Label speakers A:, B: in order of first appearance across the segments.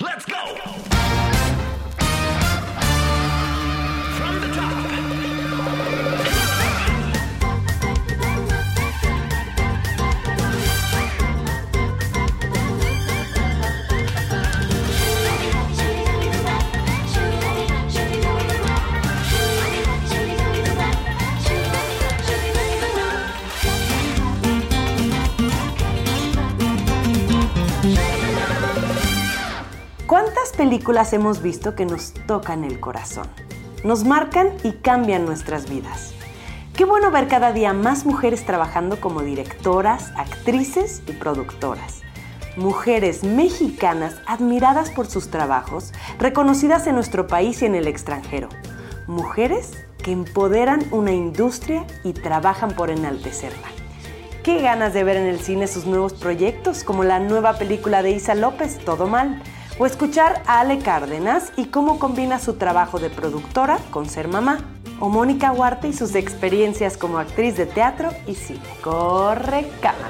A: Let's go! From the top,
B: ¿Cuántas películas hemos visto que nos tocan el corazón? Nos marcan y cambian nuestras vidas. Qué bueno ver cada día más mujeres trabajando como directoras, actrices y productoras. Mujeres mexicanas admiradas por sus trabajos, reconocidas en nuestro país y en el extranjero. Mujeres que empoderan una industria y trabajan por enaltecerla. Qué ganas de ver en el cine sus nuevos proyectos, como la nueva película de Isa López, Todo Mal, o escuchar a Ale Cárdenas y cómo combina su trabajo de productora con ser mamá, o Mónica Huarte y sus experiencias como actriz de teatro y cine. Corre cámara.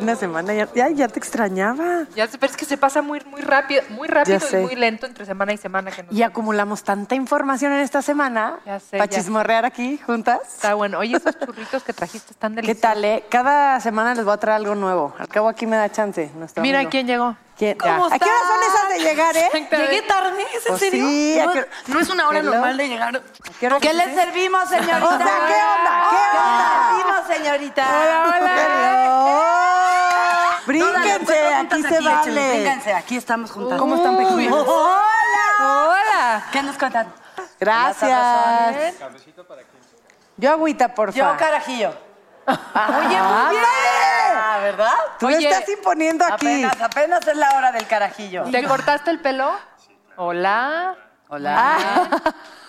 C: Una semana ya, ya, ya te extrañaba.
D: Ya sé, pero es que se pasa muy, muy rápido, muy rápido
C: Ya
D: y
C: sé.
D: muy lento entre semana y semana que nos
C: Y acumulamos tanta información en esta semana
D: Ya sé,
C: para
D: ya.
C: chismorrear aquí juntas.
D: está bueno. Oye, esos churritos que trajiste están
C: ¿Qué
D: deliciosos.
C: tal, eh? Cada semana les voy a traer algo nuevo. Al cabo aquí me da chance. nuestro
D: Mira
C: amigo.
D: quién llegó.
C: ¿Quién? Ya. ¿A qué horas son esas de llegar, eh?
D: Llegué tarde.
C: ¿Es en serio? Sí, ¿a qué-
E: No es una hora
C: Hello.
E: normal de llegar.
C: qué hora-
E: servimos, señorita?
C: O sea, ¿qué onda? ¿Qué onda?
E: servimos, señorita?
C: Hola, hola.
E: No, dale,
C: Brínquense,
E: pues,
C: aquí
E: juntas
C: se
E: échale,
C: vale.
E: Vénganse, aquí estamos juntas.
C: ¿Cómo están, pequeños?
D: Hola.
E: ¿Qué nos cuentan?
C: Gracias. Yo agüita, por
E: Yo,
C: favor.
E: carajillo.
C: Oye, muy
E: Ah, ¿verdad?
C: Tú lo
D: Oye,
C: estás imponiendo aquí.
E: Apenas, apenas es la hora del carajillo.
D: ¿Te cortaste el pelo? Hola.
E: Hola.
F: Ah.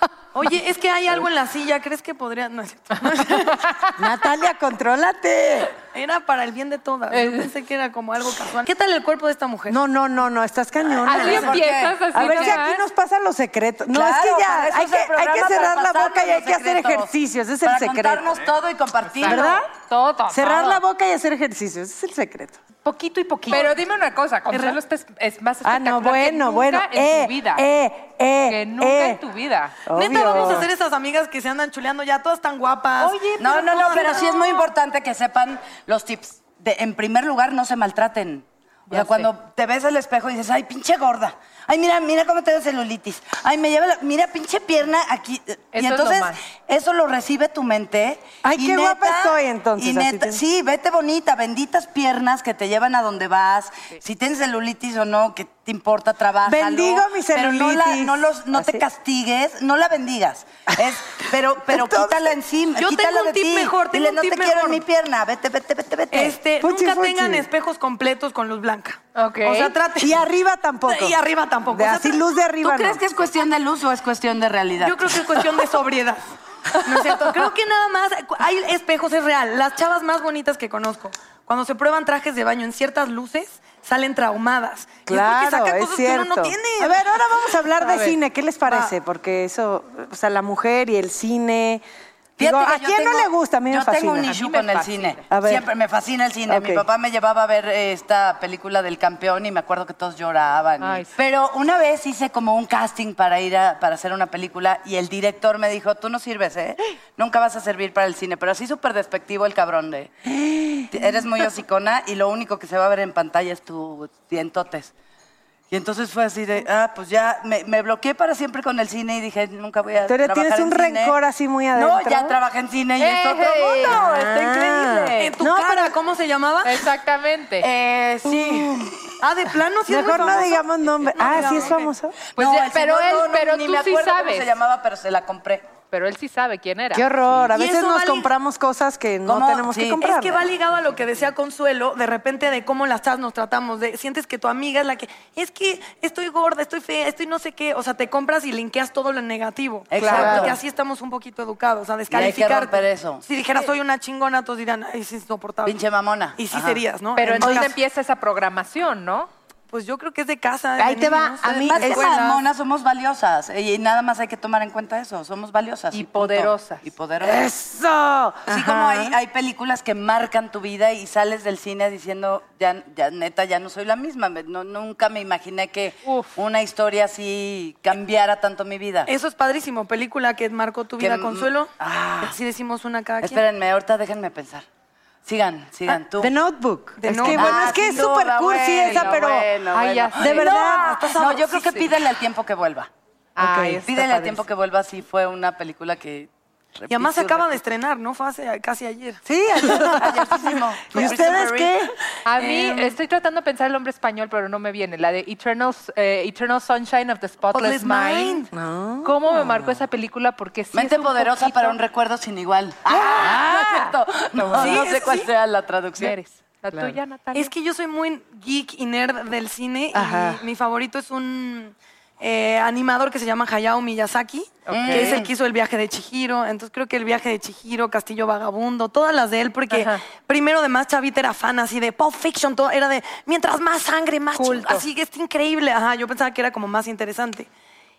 C: Ah.
G: Oye, es que hay algo en la silla, ¿crees que podría...? No, es cierto.
C: Natalia, contrólate.
G: era para el bien de todas. Yo pensé que era como algo casual. ¿Qué tal el cuerpo de esta mujer?
C: Eh. No, no, no, no, estás cañón.
D: Así Ah, empiezas, así
C: A ver si
D: nomás.
C: aquí nos pasan los secretos. No,
E: Claro,
C: es que ya
E: para eso
C: hay
E: es
C: que,
E: el
C: hay que
E: programa,
C: cerrar
E: para
C: la boca y hay
E: pasarnos
C: que hacer
E: secretos.
C: ejercicios, ese es el
E: Para
C: secreto.
E: contarnos todo y compartirlo.
C: ¿Verdad?
D: Todo.
C: Cerrar
D: todo.
C: la boca y hacer ejercicios, ese es el secreto.
D: Poquito y poquito. Pero dime una cosa, Consuelo está es, es más
C: Ah,
D: espectacular
C: no, bueno,
D: que nunca
C: bueno.
D: en
C: eh,
D: tu vida.
C: eh, eh,
D: que nunca
C: eh.
D: en tu vida.
C: Obvio.
G: Neta, vamos a ser esas amigas que se andan chuleando ya, todas tan guapas.
E: Oye, no, no, no, pero sí es muy importante que sepan los tips. De, en primer lugar, no se maltraten. O
D: Ya
E: sea,
D: sé.
E: cuando te ves al espejo y dices, ay, pinche gorda. Ay, mira, mira cómo tengo celulitis. Ay, me lleva la... Mira, pinche pierna aquí. y
D: es lo
E: entonces,
D: más.
E: eso lo recibe tu mente.
C: Ay,
E: Y
C: qué guapa estoy, entonces,
E: y
C: así
E: neta-
C: te-
E: sí, vete bonita, benditas piernas que te llevan a donde vas. Si tienes celulitis o no, que te importa, trabájalo.
C: Bendigo mi
E: Pero no, la-
C: celulitis.
E: no los- no
C: Así.
E: te castigues, no la bendigas. Es, pero pero
C: Entonces,
E: quítala encima.
G: Yo
E: Quítala
G: tengo un
E: de
G: tip
E: ti.
G: mejor, tengo
E: Dile,
G: un
E: no
G: tip
E: te quiero en
G: mejor.
E: mi pierna. Vete, vete, vete, vete.
G: Este,
C: Fuchi,
G: nunca
C: fuchi.
G: tengan espejos completos con luz blanca.
D: Ok.
G: O sea, traten...
C: Y arriba tampoco.
G: Y arriba tampoco.
C: De
G: O sea,
C: así
G: tra-
C: luz de
E: ¿Tú
C: arriba. no.
E: crees que es cuestión de luz o es cuestión de realidad?
G: Yo creo que es cuestión de sobriedad. No es cierto. Creo que nada más hay espejos, es real. Las chavas más bonitas que conozco, cuando se prueban trajes de baño en ciertas luces, salen traumadas. Y
C: Claro,
G: es porque saca
C: es
G: cosas
C: cierto.
G: que uno no tiene.
C: A ver, ahora vamos a hablar
G: A
C: de
G: ver,
C: cine. ¿Qué les parece? Porque eso, o sea, la mujer y el cine.
E: Fíjate
C: Digo,
E: que
C: ¿a
E: yo
C: quién no
E: tengo-
C: le gusta? A mí me
E: Yo tengo un
C: fascina.
E: issue
D: A mí me
E: con el
D: fascina.
E: cine.
C: A ver.
E: Siempre me fascina el cine.
C: Ok.
E: Mi papá me llevaba a ver eh, esta película del campeón y me acuerdo que todos lloraban. y-
D: Ay, sí.
E: Pero una vez hice como un casting para ir a para hacer una película y el director me dijo, tú no sirves, ¿eh? Nunca vas a servir para el cine. Pero así súper despectivo el cabrón de... Eres muy hocicona y lo único que se va a ver en pantalla es tus dientotes. Y entonces fue así de, ah, pues ya me, me bloqueé para siempre con el cine y dije, nunca voy a
C: Tú le
E: trabajar
C: tienes
E: en
C: un
E: cine".
C: rencor así muy
E: No,
C: adentro.
E: ya trabajé en cine y es otro
D: ¡Ey!
E: mundo, está
C: Ah.
E: increíble.
G: En tu
C: No,
G: cara,
C: pero-
G: ¿cómo se llamaba?
D: Exactamente.
E: Eh, sí.
G: Ah, de plano sí es muy
C: Mejor no
G: famoso.
C: digamos nombre.
G: No
C: ah, sí
G: digamos
C: es famoso.
D: Pues ya,
E: el
D: pero
E: señor
D: él- pero
E: ni
D: tú
E: me
D: sí
E: acuerdo
D: sabes.
E: cómo se llamaba, pero se la compré.
D: Pero él sí sabe quién era.
C: Qué horror. A
G: Y
C: veces
G: eso
C: nos
G: vale-
C: compramos cosas que no
E: ¿Cómo?
C: tenemos
E: Sí.
C: que
E: Es
C: comprar.
G: Es que va ligado a lo que decía Consuelo, de repente de cómo las chas nos tratamos, de sientes que tu amiga es la que, es que estoy gorda, estoy fea, estoy no sé qué, o sea, te compras y linkeas todo lo negativo.
E: Exacto.
G: Porque así estamos un poquito educados, o sea,
E: que
G: descalificar.
E: romper eso.
G: Si dijeras soy una chingona, todos dirán, ay, es insoportable.
E: Pinche mamona.
G: Y sí
E: Ajá.
G: serías, ¿no?
D: Pero
G: En mi
D: entonces
G: caso.
D: empieza esa programación, ¿no?
G: Pues yo creo que es de casa. de
C: Ahí te va,
G: niños,
C: a
G: de
C: mí
E: Más que
C: Escuelas.
E: mamonas, somos valiosas. eh, Y nada más hay que tomar en cuenta eso. Somos valiosas.
D: Y
E: punto.
D: poderosas.
E: Y poderosas.
C: ¡Eso!
E: Así como hay, hay películas que marcan tu vida y sales del cine diciendo, ya, ya neta, ya no soy la misma. Me- no- nunca me imaginé que
D: Uf.
E: una historia así cambiara tanto mi vida.
G: Eso es padrísimo, película que marcó tu
E: Que
G: vida,
E: m-
G: Consuelo.
E: Ah.
G: Así decimos una cada quien.
E: Espérenme, ahorita déjenme pensar. Sigan, sigan, tú.
C: The Notebook.
G: The
C: es que,
G: Notebook.
C: bueno,
E: Ah,
C: es que es
E: sin duda,
C: súper cursi
E: bueno,
C: esa, pero...
E: bueno,
D: Ay, ya
E: bueno.
D: sé.
C: De verdad.
E: No, no, yo creo que pídele al tiempo que vuelva.
D: Ay, está
E: Pídele Este, al tiempo
D: padrísimo.
E: que vuelva, sí fue una película que...
D: Este
G: Y además se acaba de estrenar, ¿no? Fue hace- casi ayer.
C: Sí,
E: Ayerísimo.
C: ¿Y ustedes qué?
D: A mí
G: Em, Eh,
D: estoy tratando de pensar el hombre español, pero no me viene. La de Eternal, eh, Eternal Sunshine of the Spotless,
G: Spotless
D: Mind.
G: Mind.
D: ¿Cómo me marcó esa película? Porque sí
E: Mente
D: es un
E: poderosa
D: poquito-
E: para un recuerdo sin igual. ¡Ah! No, es cierto. No,
G: Sí,
E: no sé
G: es-
E: cuál
G: sí.
E: sea la traducción.
D: Eres. La tuya, Natalia.
G: Es que yo soy muy geek y nerd del cine
C: Ajá.
G: y mi favorito es un eh, animador que se llama Hayao Miyazaki, que es el que hizo el viaje de Chihiro. Entonces creo que el viaje de Chihiro, Castillo Vagabundo, todas las de él, porque
D: Ajá.
G: primero de más Chavita era fan así de Pulp Fiction, todo, era de mientras más sangre, más ching-
D: Culto.
G: así que es increíble. Ajá, yo pensaba que era como más interesante.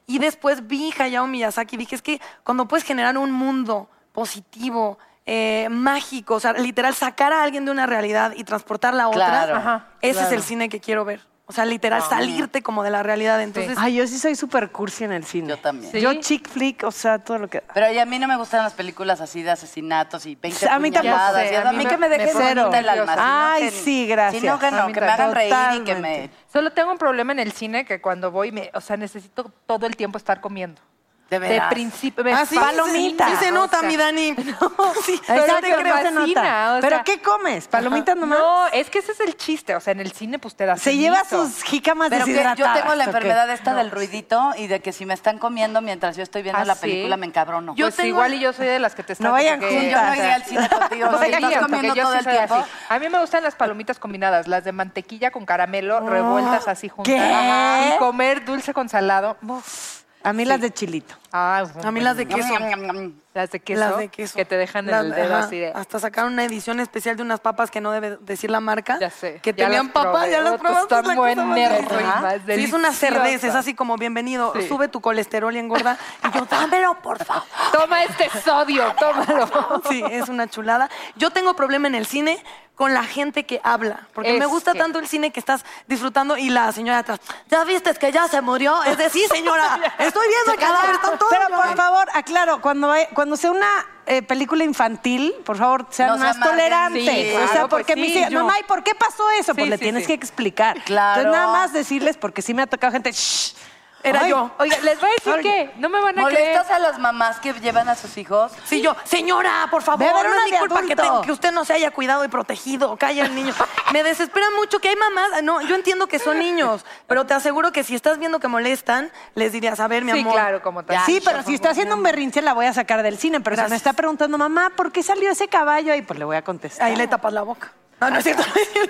G: Y después vi Hayao Miyazaki y dije, es que cuando puedes generar un mundo positivo, eh, mágico, o sea, literal, sacar a alguien de una realidad y transportarla a otra,
E: Claro.
D: Ajá,
G: ese es el cine que quiero ver. O sea, literal, salirte como de la realidad. Entonces,
C: Ay, yo sí soy súper cursi en el cine.
E: Yo también.
D: Sí.
C: Yo chick flick, o sea, todo lo que...
E: Pero y a mí no me gustan las películas así de asesinatos y 20
C: A mí tampoco.
E: puñaladas,
D: Ya sé,
E: y eso. a mí que me dejen
D: me pone
E: bonita el alma.
D: nerviosa.
E: si no
C: Ay,
E: que-
C: sí, gracias.
E: Si no, que
D: A
E: no,
D: mí
E: que me hagan reír y que me...
C: Totalmente.
D: Solo tengo un problema en el cine que cuando voy, me, o sea, necesito todo el tiempo estar comiendo.
E: De veras.
D: principio. me
C: Ah, sí,
D: fascina,
C: palomita.
G: Sí se nota,
D: o sea.
G: mi Dani. sí.
D: Pero
C: Exacto,
D: te
C: creo que
D: fascina,
C: nota.
D: o
C: ¿Pero
D: sea-
C: qué comes? ¿Palomitas nomás?
D: No, es que ese es el chiste. O sea, en el cine, pues te das.
C: Se
D: un
C: lleva
D: guiso.
C: sus jícamas
E: Pero que yo
C: deshidratadas.
E: tengo la
C: ¿o qué?
E: enfermedad esta del ruidito y de que si me están comiendo mientras yo estoy viendo
D: ¿Ah,
E: la
D: sí?
E: película me encabrono.
D: Yo
E: Pues
D: tengo... Ah, igual y yo soy de las que te están.
C: No vayan
E: sí, yo no iría al cine contigo.
D: No
E: si
D: se
E: estás
D: guían,
E: comiendo
D: pues porque yo
E: todo
D: sí
E: el
D: soy
E: tiempo.
D: así. A mí me gustan las palomitas combinadas, las de mantequilla con caramelo revueltas así juntas.
C: ¿qué?
D: Ajá. Y comer dulce con salado. Uf.
C: A mí las de chilito.
D: Ah,
G: A mí las de queso.
D: las de queso,
G: Las de queso.
D: que te dejan
G: Las-
D: el dedo
G: ajá.
D: así de
G: Hasta sacaron una edición especial de unas papas que no debe decir la marca.
D: Ya sé,
G: Que
D: ya
G: tenían
D: las
G: papas,
D: probé.
G: ya las
D: Otros
G: probaste.
D: tan
G: es la cosa más
D: buenas,
G: rica.
D: y
G: Ajá.
D: más
G: Sí, es una
D: deliciosa.
G: cerveza, es así como, bienvenido,
D: Sí.
G: sube tu colesterol y engorda. Y yo, dámelo, por favor.
D: Toma este sodio, tómalo.
G: Sí, es una chulada. Yo tengo problema en el cine con la gente que habla, porque
D: Es
G: me gusta
D: que-
G: tanto el cine que estás disfrutando y la señora atrás, ¿ya viste que ya se murió? Es de, sí, señora, estoy viendo el cadáver, están todos
C: Pero por
G: llorando".
C: favor, aclaro, cuando, hay- cuando sea una eh, película infantil, por favor, sean
E: No se
C: más
E: amarguen.
C: tolerantes.
E: Sí,
C: o sea,
D: claro, pues
C: porque mis
D: sí,
C: hijas,
D: yo-
C: mamá, ¿y por qué pasó eso? pues
D: Sí,
C: le
D: sí,
C: tienes
D: sí.
C: que explicar.
E: Claro.
C: Entonces, nada más decirles, porque sí me ha tocado gente, shh,
G: Era
C: ay,
G: yo.
D: Oiga, les voy a decir que no me van a creer.
E: ¿Molestas a las mamás que llevan a sus hijos?
G: Sí, yo, señora, por favor,
C: Ve a ver
G: no
C: una
G: es mi
C: de
G: culpa que,
C: adulto.
G: te- que usted no se haya cuidado y protegido. Calla el niño. Me desespera mucho que hay mamás. No, yo entiendo que son niños, pero te aseguro que si estás viendo que molestan, les dirías, a ver, mi
D: Sí,
G: amor.
D: claro, como tal.
C: Sí,
D: Ya,
C: pero si está haciendo un berrinche la voy a sacar del cine, pero si me
G: Gracias.
C: está preguntando, mamá, ¿por qué salió ese caballo? Ahí pues le voy a contestar.
G: Ahí le tapas la boca. No, no es cierto.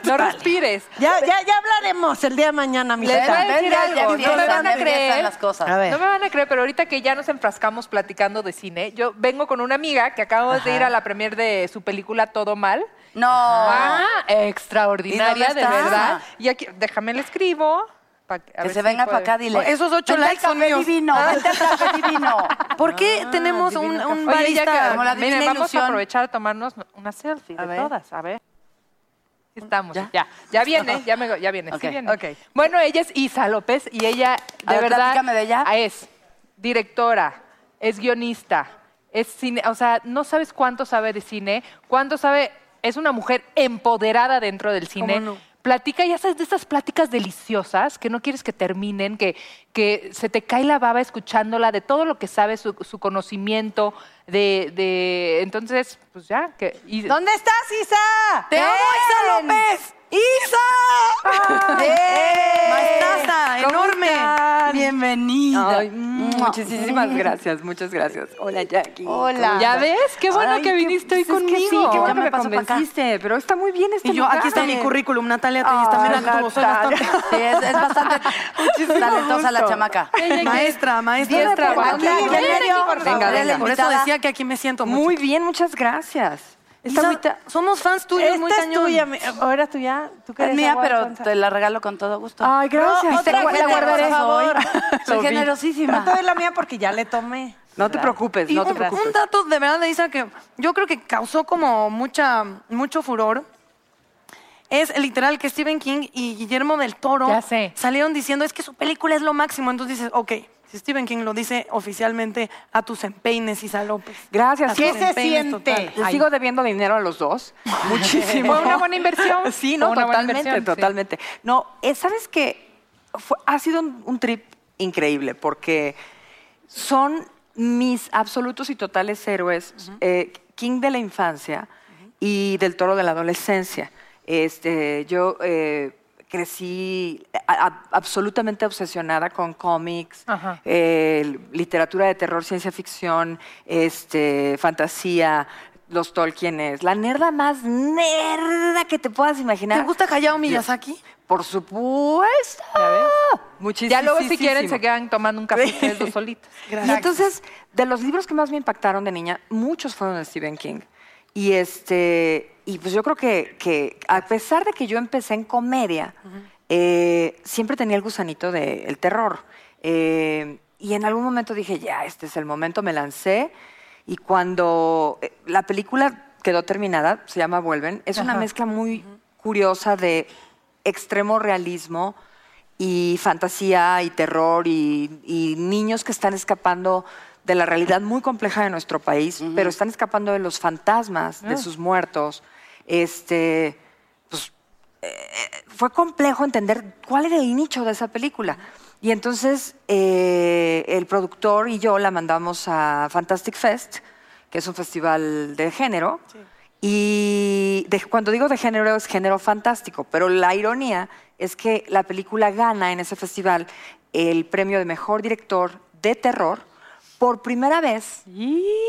D: No respires.
C: Ya, ya, ya hablaremos el día de mañana, mi
D: Les
C: neta.
D: voy a decir
E: Venga, ya
D: algo, no me
E: empiezan,
D: van a
E: ya empiezan
D: creer.
E: las cosas.
C: A ver.
D: No me van a creer, pero ahorita que ya nos enfrascamos platicando de cine, yo vengo con una amiga que acabamos de ir a la premier de su película Todo Mal.
E: No.
D: Ah,
E: ¿Y
D: extraordinaria,
E: dónde
D: de
E: está?
D: verdad. Y aquí, déjame le escribo. pa- a
E: Que
D: ver
E: se
D: si
E: venga
D: puede. Oh,
E: para acá, dile.
G: Esos ocho
E: "Vente al
G: likes son
E: café
G: míos".
E: divino,
D: Ah.
E: vente al café divino.
G: ¿Por qué
E: Ah,
G: tenemos un,
E: divino
D: Oye,
G: un
D: ya
G: barista?
D: que-
E: Como la
D: miren,
E: divina
D: vamos
E: ilusión.
D: a aprovechar a tomarnos una selfie
E: A
D: de
E: ver.
D: todas, a ver. Aquí Estamos,
E: ¿Ya?
D: ya, ya, viene, ya, me, ya viene, sí
E: Ok,
D: viene.
E: ok.
D: Bueno, ella es Isa López y ella,
E: A
D: de
E: ver,
D: verdad,
E: platícame de ella.
D: es directora, es guionista, es cine, o sea, no sabes cuánto sabe de cine, cuánto sabe, es una mujer empoderada dentro del cine.
G: no?
D: Platica, ya sabes, de esas pláticas deliciosas que no quieres que terminen, que, que se te cae la baba escuchándola, de todo lo que sabe, su, su conocimiento, de, de- Entonces, pues ya. Que, y-
C: ¿Dónde estás, Isa?
E: ¡Te amo, Isa López!
C: ¡Isa!
G: Maestraza, enorme.
E: Bienvenida.
F: Ay, muchísimas gracias, muchas gracias. Hola, Jackie.
E: Hola.
D: ¿Ya ves? Qué bueno
E: Ay,
D: que
E: qué-
D: viniste hoy
E: pues es que
D: conmigo.
E: sí, qué bueno
F: Ya
E: que
F: me
E: me pasó pa' acá.
F: convenciste, pero está muy bien este
G: Y yo,
F: lugar.
G: aquí está mi currículum, Natalia Telles, también
E: Ah,
G: actuó, soy
E: Natalia.
G: bastante-
E: Sí, es, es bastante talentosa la
F: gusto.
E: chamaca.
G: Maestra, maestra.
D: Diestra,
E: Aquí,
D: Venga,
E: en
D: venga,
E: medio.
D: por favor.
E: Venga, venga.
G: Por eso
E: Invitada.
G: decía que aquí me siento mucho.
F: Muy bien, muchas gracias. Está
G: Isa,
F: ahorita-
G: Somos fans tuyos, muy
C: Esta es
G: cañón.
C: tuya, mi- ¿o era tuya? ¿Tú que
E: Es
C: eres
E: mía,
C: agua
E: pero
C: tonta?
E: te la regalo con todo gusto.
F: Ay, gracias.
E: No,
F: Te
E: otra
F: gu-
E: gente,
F: la guardaré.
E: por favor.
F: Lo
E: Soy
F: vi.
E: generosísima.
C: No te doy la mía porque ya le tomé.
F: No te preocupes,
G: Y
F: no te
G: un, un
F: preocupes.
G: dato de verdad de Isa que yo creo que causó como mucha, mucho furor. Es literal que Stephen King y Guillermo del Toro
D: Ya sé.
G: salieron diciendo es que su película es lo máximo. Entonces dices, ok, si Stephen King lo dice oficialmente a tus empeines, Isa López.
F: Gracias.
G: A
F: ¿Qué
G: tus
F: se
G: empeines,
C: siente?
G: total.
F: Les sigo debiendo dinero a los dos. Muchísimo.
D: Fue una buena inversión.
F: Sí,
D: Fue
F: no,
D: una buena
F: totalmente,
D: inversión, sí.
F: totalmente. No, eh, ¿sabes qué? Fue- ha sido un, un trip increíble porque son mis absolutos y totales héroes, eh, King de la infancia y del toro de la adolescencia. Este, yo eh, crecí a- a- absolutamente obsesionada con cómics,
D: Ajá.
F: eh, literatura de terror, ciencia ficción, este, fantasía, los Tolkienes, la nerda más nerda que te puedas imaginar.
G: ¿Te gusta Hayao Miyazaki?
F: Por supuesto.
D: Ya ves.
F: Muchísimo.
D: Ya luego, si quieren, se quedan tomando un café ustedes dos solitos.
F: Y entonces, de los libros que más me impactaron de niña, muchos fueron de Stephen King. Y este, y pues yo creo que, que a pesar de que yo empecé en comedia, eh, siempre tenía el gusanito del terror. Eh, y en algún momento dije, ya, este es el momento, me lancé. Y cuando eh, la película quedó terminada, se llama Vuelven, es una mezcla muy curiosa de extremo realismo y fantasía y terror y, y niños que están escapando de la realidad muy compleja de nuestro país, pero están escapando de los fantasmas,
D: Ah.
F: de sus muertos. Este, pues, eh, fue complejo entender cuál era el nicho de esa película. Y entonces eh, el productor y yo la mandamos a Fantastic Fest, que es un festival de género. Y de- cuando digo de género es género fantástico, pero la ironía es que la película gana en ese festival el premio de mejor director de terror por primera vez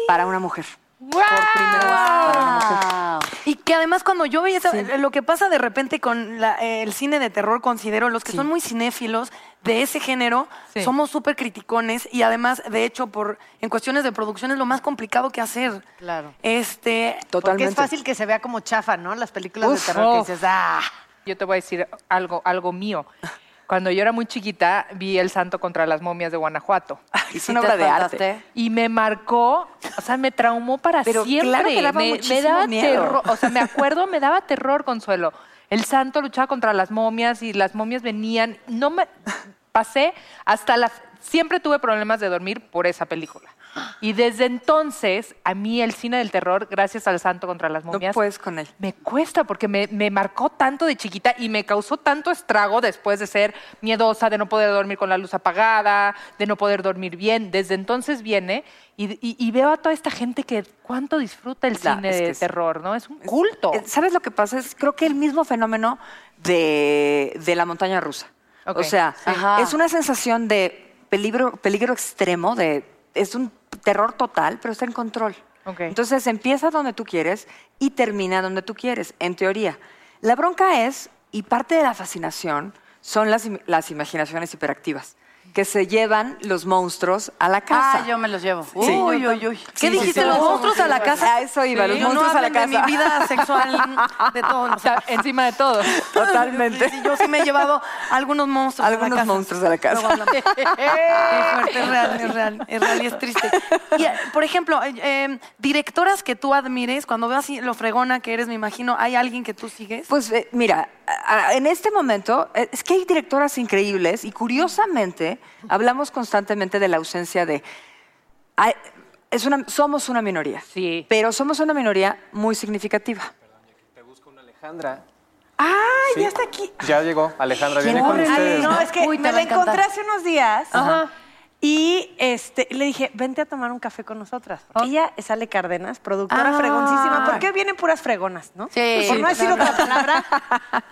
F: para una mujer. Por primera vez para
G: ¡Ah!
F: una mujer.
C: Ah,
E: Wow.
G: Y que además cuando yo veía esa- lo que pasa de repente con la- eh, el cine de terror, considero los que son muy cinéfilos de ese género,
D: Sí.
G: somos súper criticones y además, de hecho, por en cuestiones de producción es lo más complicado que hacer.
C: Claro.
G: Este,
C: Porque
F: Totalmente.
C: es fácil que se vea como chafa, ¿no? Las películas
D: Uf,
C: de terror que
D: uf.
C: dices, ah.
D: Yo te voy a decir algo, algo mío. Cuando yo era muy chiquita, vi El Santo contra las momias de Guanajuato.
E: ¿Y
F: Es
E: si
F: una
E: te
F: obra de
E: espantaste?
F: arte.
D: Y me marcó, o sea, me traumó para
F: Pero
D: siempre.
F: claro que daba
D: me, me
F: muchísimo
D: daba
F: miedo.
D: terror, o sea, me acuerdo, me daba terror, Consuelo. El santo luchaba contra las momias y las momias venían. No me pasé hasta la siempre tuve problemas de dormir por esa película. Y desde entonces, a mí el cine del terror, gracias al santo contra las
F: No
D: momias,
F: puedes con él.
D: me cuesta porque me, me marcó tanto de chiquita y me causó tanto estrago después de ser miedosa, de no poder dormir con la luz apagada, de no poder dormir bien. Desde entonces viene y, y- y veo a toda esta gente que cuánto disfruta el
F: La-
D: cine
F: es que
D: de
F: es-
D: terror, ¿no? Es un culto.
F: Eh, ¿Sabes lo que pasa? Es creo que el mismo fenómeno de, de la montaña rusa.
D: Ok,
F: O sea,
D: sí.
E: Ajá.
F: es una sensación de peligro, peligro extremo, de es un terror total, pero está en control.
D: Ok.
F: Entonces empieza donde tú quieres y termina donde tú quieres, en teoría. La bronca es, y parte de la fascinación, son las, im- las imaginaciones hiperactivas, que se llevan los monstruos a la casa.
E: Ah, yo me los llevo. Uy, uy, uy.
G: ¿Qué dijiste? ¿Los monstruos a la casa?
F: A eso iba, los
G: Yo
F: monstruos
G: no
F: a la
G: hablen
F: casa.
G: de mi vida sexual, de todo. no sé.
D: Está encima de todo.
F: Totalmente.
G: Sí, yo sí me he llevado algunos monstruos a la
F: Algunos
G: casa.
F: monstruos a la casa.
G: Luego hablamos. Qué fuerte, es real, es real, es real y es triste. Y, eh, por ejemplo, eh, eh, directoras que tú admires, cuando veas lo fregona que eres, me imagino, ¿hay alguien que tú sigues?
F: Pues eh, mira, a- a- en este momento eh, es que hay directoras increíbles y curiosamente hablamos constantemente de la ausencia de... Ay, es una, somos una minoría.
D: Sí.
F: Pero somos una minoría muy significativa.
H: Te busco una Alejandra.
C: Ah,
H: Sí.
C: ya está aquí.
H: Ya llegó. Alejandra viene con
C: Ay,
H: ustedes.
C: no,
H: ¿no?
C: es que
E: Uy, te va
C: me
E: a
C: la
E: encantar.
C: encontré hace unos días. Y este, le dije, vente a tomar un café con nosotras. porque Ella es Ale Cárdenas, productora fregoncísima. ¿Por qué vienen puras fregonas, no?
E: Sí.
C: Por no decir otra palabra,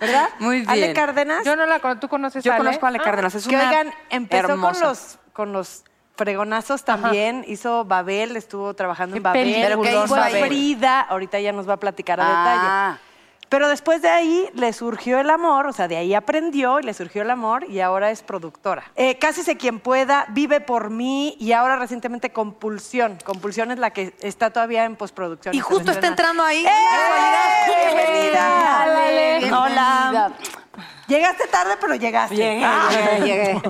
C: ¿verdad?
F: Muy
C: Ale
F: bien.
C: Cárdenas. Ah,
D: Yo no la conozco. ¿Tú conoces
F: Yo
D: a Ale? Ah,
F: conozco a Ale Cárdenas, es
C: que
F: una
C: oigan, empezó con
F: hermosa.
C: los, con los fregonazos también, hizo Babel, estuvo trabajando en
D: Qué
C: Babel,
D: peliculón
C: Pero ¿qué hizo
E: Babel.
C: Frida, ahorita ella nos va a platicar a
E: Ah.
C: detalle. Pero después de ahí le surgió el amor, o sea, de ahí aprendió y le surgió el amor y ahora es productora. Eh, Cásese quien pueda, vive por mí y ahora recientemente Compulsión. Compulsión es la que está todavía en postproducción.
G: Y
C: se
G: justo está
C: estrena.
G: entrando ahí.
C: ¡Eh! Bienvenida.
E: Bienvenida.
C: Hola. Llegaste tarde, pero llegaste.
F: Llegué.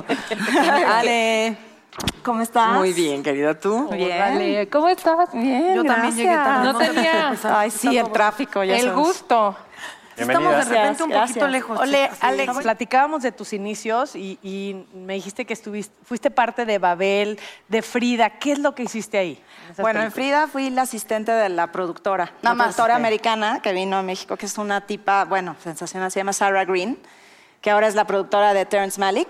F: Ale.
C: ¿Cómo estás?
F: Muy bien, querida, ¿tú?
D: Órale, ¿Cómo estás? Bien.
G: Yo también llegué tarde.
D: No tenía
C: Ay, sí, pues, el tráfico, ya
D: el gusto.
G: Estamos de
H: Bienvenida.
G: repente un poquito lejos.
C: Ole,
G: chicas.
C: Alex, platicábamos de tus inicios y, y me dijiste que estuviste, fuiste parte de Babel, de Frida. ¿Qué es lo que hiciste ahí?
I: Bueno, en Frida fui la asistente de la productora,
E: Nada
I: la
E: más,
I: productora
E: ok.
I: americana que vino a México, que es una tipa, bueno, sensacional, se llama Sarah Green, que ahora es la productora de Terrence Malick,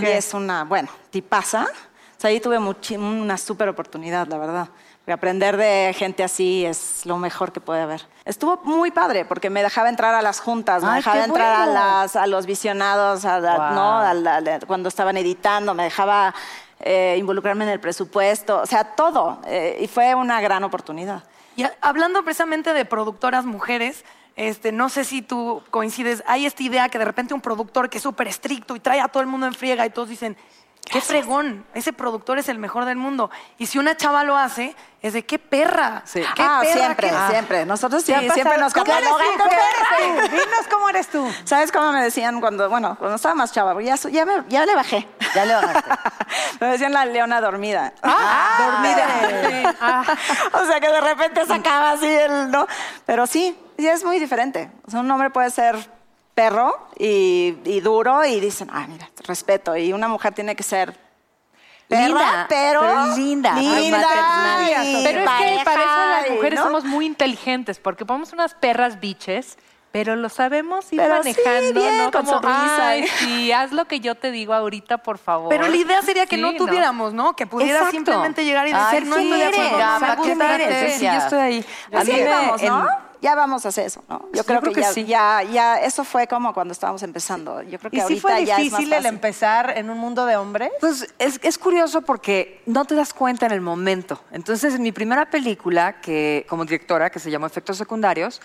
I: y es una, bueno, tipaza. O sea, ahí tuve muchi- una súper oportunidad, la verdad. Porque aprender de gente así es lo mejor que puede haber. Estuvo muy padre porque me dejaba entrar a las juntas, me
E: Ay,
I: dejaba
E: qué
I: entrar
E: bueno.
I: a, las, a los visionados, a la-
D: Wow.
I: ¿no? a la- la- cuando estaban editando, me dejaba eh, involucrarme en el presupuesto, o sea, todo. eh, y fue una gran oportunidad.
G: Y a- hablando precisamente de productoras mujeres, este, no sé si tú coincides, hay esta idea que de repente un productor que es súper estricto y trae a todo el mundo en friega y todos dicen, qué fregón, ese productor es el mejor del mundo. Y si una chava lo hace, es de qué perra.
E: Sí.
G: qué
I: Ah,
G: perra
I: siempre,
G: que-
I: siempre. Nosotros sí,
C: Ya pasaron-
I: siempre nos
C: ¿Cómo eres tú?
I: catalogan como-
C: ¿Cómo eres tú? Dinos cómo eres tú.
I: ¿Sabes cómo me decían cuando, bueno, cuando estaba más chava? Porque Ya, so- ya, me- ya le bajé.
E: Ya le bajaste.
I: me decían la leona dormida. Ah,
C: Dormida.
I: o sea que de repente sacaba así el no. Pero sí, sí es muy diferente. O sea, un hombre puede ser perro y, y duro y dicen, ah, mira, respeto. Y una mujer tiene que ser perra,
F: Linda,
I: pero,
F: pero linda,
I: linda
F: maternal.
I: y
D: Pero es que
I: pareja
D: para eso las
I: y,
D: mujeres
I: ¿no?
D: somos muy inteligentes, porque ponemos unas perras biches, pero lo sabemos ir
I: Pero sí,
D: manejando,
I: bien,
D: ¿no?
I: con
D: Como,
I: sonrisa.
D: ay, sí, haz lo que yo te digo ahorita, por favor.
G: Pero la idea sería que
D: Sí,
G: no tuviéramos, ¿no? Que pudieras
F: Exacto.
G: simplemente llegar y decir,
E: Ay,
G: no pues,
E: sí,
G: estoy de acuerdo.
E: ya,
G: no me
E: ¿para qué
G: gusta,
E: me
G: te-
E: eres?
F: Sí, yo estoy ahí. A
I: Así
F: mí me-
I: vamos, ¿no?
F: en-
I: Ya vamos hacia eso, ¿no? Yo, creo, que, ya,
F: sí.
I: ya, ya, eso fue como cuando estábamos empezando. Yo creo que
C: ¿Y
I: ahorita
C: sí fue
I: ya es más
C: difícil el
I: fácil.
C: empezar en un mundo de hombres?
F: Pues es, es curioso porque no te das cuenta en el momento. Entonces, mi primera película que, como directora, que se llamó Efectos Secundarios,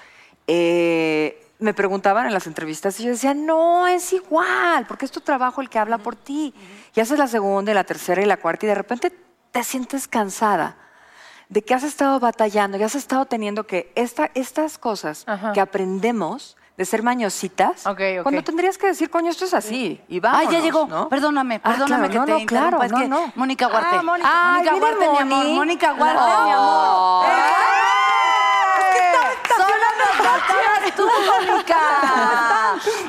F: eh, me preguntaban en las entrevistas y yo decía, no, es igual, porque es tu trabajo el que habla por ti. Y haces la segunda, y la tercera y la cuarta y de repente te sientes cansada de que has estado batallando y has estado teniendo que esta- estas cosas
D: Ajá.
F: que aprendemos de ser mañositas,
D: Ok, ok.
F: cuando tendrías que decir, coño, esto es así, y vamos.
E: Ay, Ah, ya llegó. Perdóname, perdóname que
F: no,
E: te
F: no, claro,
E: interrumpa. Es
F: no,
E: que
F: no.
E: Mónica Huarte.
I: Ah, Mónica.
F: Ay,
E: Mónica
F: viene
E: Huarte, mi
F: Moni.
E: amor. Mónica Huarte, mi
F: No.
E: amor. ¡Ah! Solo nos faltabas tú,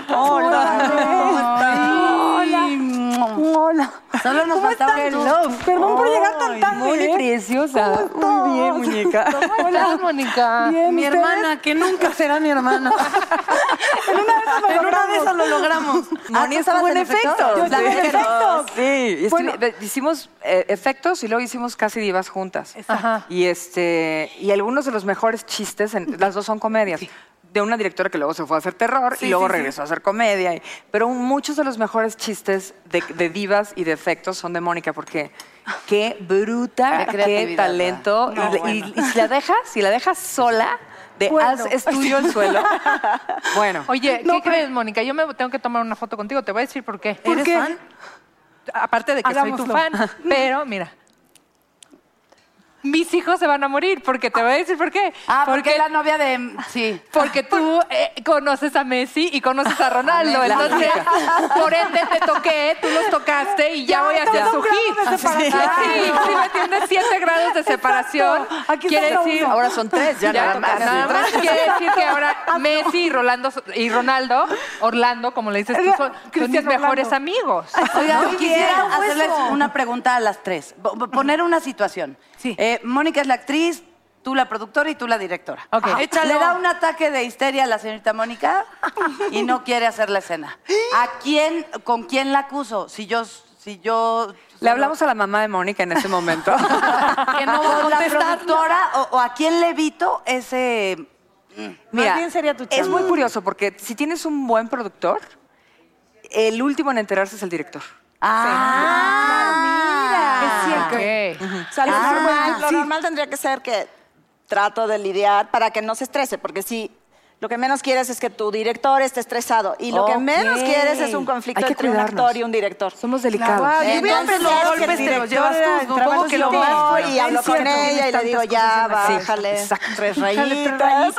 E: Mónica. Hola.
F: Hola.
E: Solo nos faltabas tú.
F: Perdón por llegar tan tarde. ¿eh? Muy preciosa. Muy bien, muñeca.
D: ¿Cómo estás, Mónica?
G: Mi hermana, que nunca será mi hermana. en una de esas lo logramos.
F: Moni estuvo en efectos.
E: Yo estuve en efectos.
F: Sí, y estuve- ve- hicimos eh, efectos y luego hicimos casi divas juntas.
D: Ajá.
F: Y este y algunos de los mejores chistes, en- las dos son comedias. De una directora que luego se fue a hacer terror y luego regresó a hacer comedia. y- pero muchos de los mejores chistes de, de divas y de efectos son de Mónica, porque qué bruta,
E: Qué
F: qué
E: creatividad,
F: talento.
E: ¿verdad?
F: y,
E: No,
F: y-
E: bueno.
F: y si la dejas, si la dejas sola, de haz es tuyo el suelo. bueno.
D: Oye, ¿qué crees, Mónica? Yo me tengo que tomar una foto contigo, te voy a decir por qué.
G: ¿Eres fan?
D: aparte de que soy tu
C: Hagámoslo.
D: fan, pero mira. Mis hijos se van a morir, porque te voy a decir por qué.
E: Ah, porque es la novia de... Sí.
D: Porque tú eh, conoces a Messi y conoces a Ronaldo.
E: Amén, la
D: entonces,
E: música.
D: por ende te toqué, tú los tocaste y ya, voy a hacer su hit.
E: separación.
D: Sí, sí, sí, ¿me entiendes? Siete grados de separación. quiere
J: solo
D: decir.
J: uno. Ahora son tres, ya nada más.
D: Nada más
J: Tres.
D: quiere decir que ahora Messi y Rolando so- y Ronaldo, Orlando, como le dices tú, son, son mis
E: Cristiano Ah,
D: mejores
E: Orlando.
D: amigos.
E: Oigan,
D: ¿No?
E: quisiera
D: Quisiera
E: hacerles
D: eso.
E: una pregunta a las tres. Bo- bo- Poner una situación. Eh, Mónica es la actriz, tú la productora y tú la directora.
D: Ok.
E: Ah,
D: Échalo.
E: Le da un ataque de histeria a la señorita Mónica y no quiere hacer la escena. ¿A quién, con quién la acuso? Si yo, si yo.
F: Le hablamos a la mamá de Mónica en este momento.
E: que no
F: va a
E: la
F: contestar.
E: productora o, o a quién le evito ese.
F: Mira,
E: bien
F: es muy curioso porque si tienes un buen productor, el último en enterarse es el director.
I: Ah,
D: mira. Es cierto.
I: O sea, lo,
E: Ah,
I: normal, lo
E: sí.
I: normal tendría que ser que trato de lidiar para que no se estrese, porque si lo que menos quieres es que tu director esté estresado y lo que menos
F: Ok.
I: quieres es un conflicto
F: Hay que
I: entre un
F: cuidarnos.
I: actor y un director.
F: Somos delicados.
I: Entonces, claro que el director era el Pues, trabajo que lo más fue, y hablo con ella y le digo, ya, bájale tres rayitas.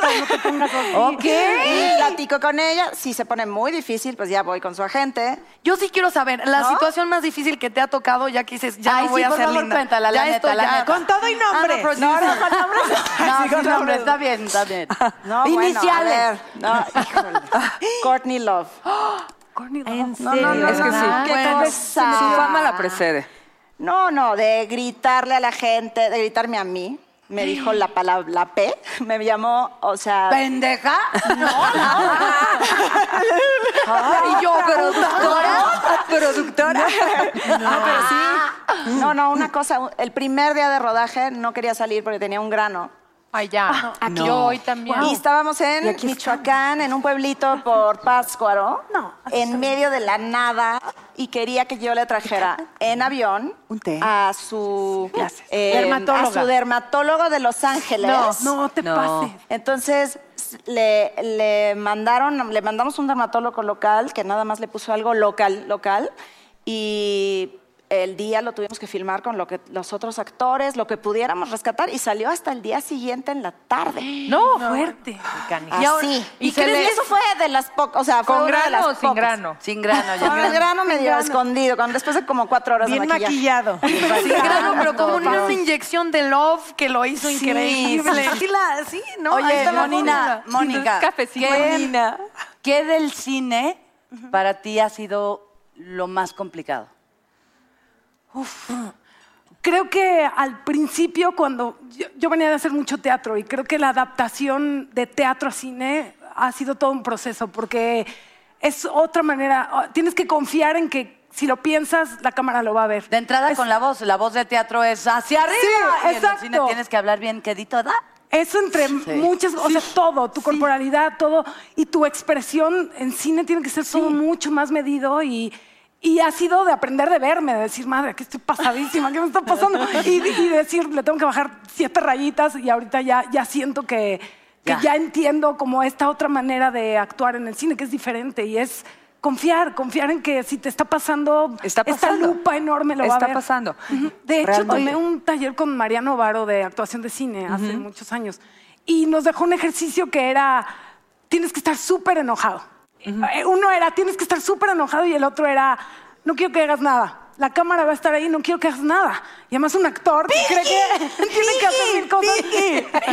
E: Ok.
I: Y platico con ella. Si se pone muy difícil, pues ya voy con su agente.
G: Yo sí quiero saber, la
I: ¿No?
G: situación más difícil que te ha tocado, ya que dices, ya
E: Ay,
G: no voy
E: sí,
G: a
E: por
G: ser
E: favor,
G: linda.
E: cuéntala, la
G: Ya
E: neta,
G: estoy
E: la
G: harta.
E: neta. Con
C: todo y nombre.
I: Ah, no, no, no, con nombres no.
E: No,
I: Sí,
E: sí,
I: con
E: no, hombre,
I: nombres
E: está bien, está bien.
I: No, bueno, a ver.
E: Iniciales.
I: No, híjole. Courtney Love. No, no, no,
F: Es que sí.
I: no, qué
F: Bueno, Su
I: cosa.
F: fama la precede.
I: No, no, de gritarle a la gente, de gritarme a mí. Me dijo la palabra, la P, me llamó, o sea...
E: ¿Pendeja?
F: y
K: Ah,
F: yo, productora, productora.
I: No, no, una cosa, el primer día de rodaje no quería salir porque tenía un grano.
D: Ay, ya. Aquí hoy también.
I: Y estábamos en
F: aquí
I: Michoacán, en un pueblito por Pátzcuaro, en medio de la nada, y quería que yo le trajera en avión
F: Un té.
I: a su eh,
C: Dermatóloga.
I: a su dermatólogo de Los Ángeles.
C: No te
F: No.
C: pases.
I: Entonces s- le, le mandaron, le mandamos un dermatólogo local que nada más le puso algo local, local, y el día lo tuvimos que filmar con lo que los otros actores, lo que pudiéramos rescatar, y salió hasta el día siguiente en la tarde.
D: No,
C: Fuerte.
I: Así. Y,
D: y se
I: crees
D: le-
I: que eso fue de las pocas, o sea, fue
D: ¿Con
I: una de las
D: grano o sin
I: pocas.
D: grano?
E: Sin grano ya.
I: Con el grano medio escondido, con, después de como cuatro horas
C: Bien
I: de maquillaje.
C: maquillado.
I: Pues,
G: Sí, claro, pero como una
I: Vamos.
G: inyección de love que lo hizo increíble. Sí, la- sí, ¿no? Ahí
E: Oye,
G: está la
E: Monina,
G: fórmula.
E: Mónica,
D: Cafecito.
E: ¿qué, qué del cine para ti ha sido lo más complicado?
K: Creo que al principio, cuando yo, yo venía de hacer mucho teatro y creo que la adaptación de teatro a cine ha sido todo un proceso porque es otra manera, ah, tienes que confiar en que si lo piensas, la cámara lo va a ver.
E: De entrada con la voz, la voz de teatro es hacia arriba.
K: Sí,
E: y en el
K: exacto.
E: cine tienes que hablar bien quedito, ¿da?
K: Eso entre muchas, o sea, todo, tu corporalidad, todo, y tu expresión en cine tiene que ser todo mucho más medido y, y ha sido de aprender de verme, de decir, madre, que estoy pasadísima, ¿qué me está pasando? Y, y decir, le tengo que bajar siete rayitas y ahorita ya, ya siento que, que
E: Ya.
K: ya entiendo como esta otra manera de actuar en el cine, que es diferente y es confiar, confiar en que si te está pasando,
F: Está pasando.
K: esta lupa enorme lo va a
F: Está
K: ver.
F: pasando.
K: Ujú. De hecho,
F: Realmente.
K: tomé un taller con Mariano Varo de actuación de cine hace muchos años y nos dejó un ejercicio que era, tienes que estar súper enojado. Eh, Uno era, tienes que estar súper enojado y el otro era, no quiero que hagas nada. La cámara va a estar ahí, no quiero que hagas nada. Y además un actor que cree que tiene que hacer mil cosas.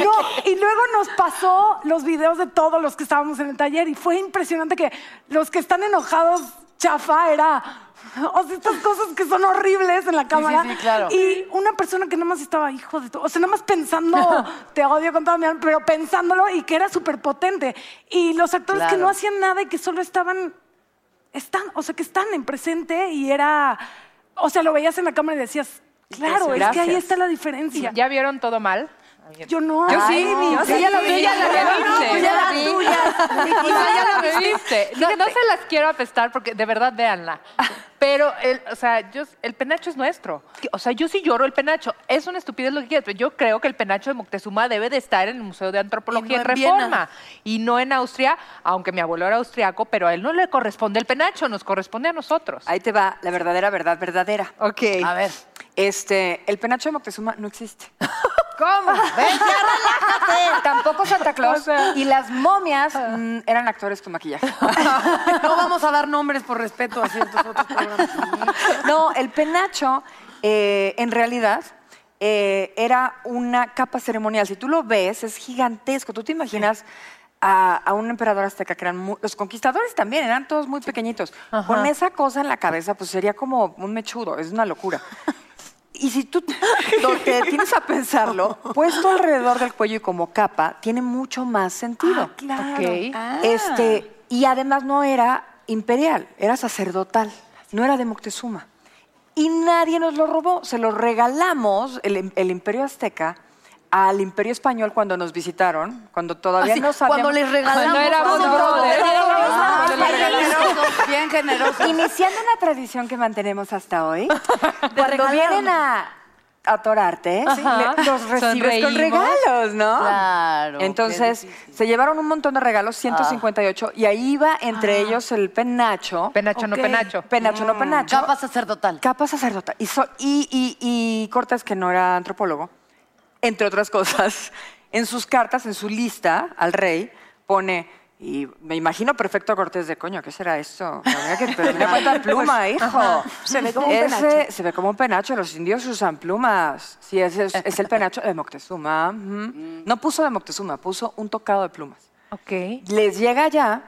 K: No, y luego nos pasó los videos de todos los que estábamos en el taller y fue impresionante que los que están enojados chafa era, o sea, estas cosas que son horribles en la cámara.
E: sí, claro.
K: Y una persona que nada más estaba, hijo de tu, o sea, nada más pensando, te odio con toda mi alma, pero pensándolo y que era súper potente. Y los actores que
E: Claro.
K: no hacían nada y que solo estaban, están, o sea, que están en presente y era, o sea, lo veías en la cámara y decías, claro, es que ahí
F: Gracias.
K: está la diferencia.
D: ¿Ya vieron todo mal?
K: Yo no.
F: Yo sí, mi-
K: no,
F: yo
K: o sea,
F: sí.
K: ya lo vi,
D: Tú ya la
K: no, pues
D: viste.
K: ya la vi.
D: Pues O sea, ya la bebiste. No, no se las quiero apestar porque de verdad véanla. Pero, el, o sea, yo, el penacho es nuestro. Que- O sea, yo sí lloro el penacho. Es una estupidez lo que quieras, pero yo creo que el penacho de Moctezuma debe de estar en el Museo de Antropología
J: Y no
D: en
J: en Viena.
D: Reforma. Y no en Austria, aunque mi abuelo era austriaco, pero a él no le corresponde el penacho, nos corresponde a nosotros.
F: Ahí te va la verdadera verdad verdadera.
D: Ok.
F: A ver. Este, el penacho de Moctezuma no existe.
D: ¿Cómo?
F: Ven, ya relájate. Tampoco Santa Claus. Y las momias mm, eran actores con maquillaje.
G: No vamos a dar nombres por respeto a ciertos otros programas.
F: No, el penacho, eh, en realidad, eh, era una capa ceremonial. Si tú lo ves, es gigantesco. Tú te imaginas a, a un emperador azteca que eran muy- los conquistadores también, eran todos muy pequeñitos.
D: Ajá.
F: Con esa cosa en la cabeza, pues sería como un mechudo, es una locura. Y si tú lo que tienes a pensarlo, puesto Pues alrededor del cuello y como capa, tiene mucho más sentido.
G: claro.
F: Ok.
G: Ah.
F: Este, y además no era imperial, era sacerdotal, no era de Moctezuma. Y nadie nos lo robó, se lo regalamos el, im- el imperio azteca al imperio español cuando nos visitaron, cuando todavía
E: Así,
F: no sabíamos.
E: cuando les regalamos
F: Cuando éramos
E: todo.
F: brothers.
E: Ah,
F: Cuando les
E: bien
F: regalamos.
E: generosos, bien generosos.
F: Iniciando una tradición que mantenemos hasta hoy, cuando
E: regalaron.
F: vienen a atorarte,
E: Ajá.
F: le- los recibes con
E: Sonreímos.
F: regalos, pues, ¿no?
E: Claro, qué
F: Entonces, se llevaron un montón de regalos, 158, y ahí va entre ellos el penacho.
D: Penacho, no
F: Ok.
D: penacho.
F: Penacho, no
D: Mm.
F: penacho. Capa sacerdotal. Capa sacerdotal. Y, so- y, y, y Cortés, que no era antropólogo, entre otras cosas, en sus cartas, en su lista al rey, pone, y me imagino perfecto a Cortés de coño, ¿qué será esto? Mira que- pero mira cuánta pluma,
I: Pues,
F: hijo.
I: ajá. Se ve como un
F: Ese-
I: penacho.
F: Se ve como un penacho, los indios usan plumas. Sí, ese es, es el penacho de Moctezuma. ujú.
G: Mm.
F: No puso de Moctezuma, puso un tocado de plumas.
D: Ok.
F: Les llega ya,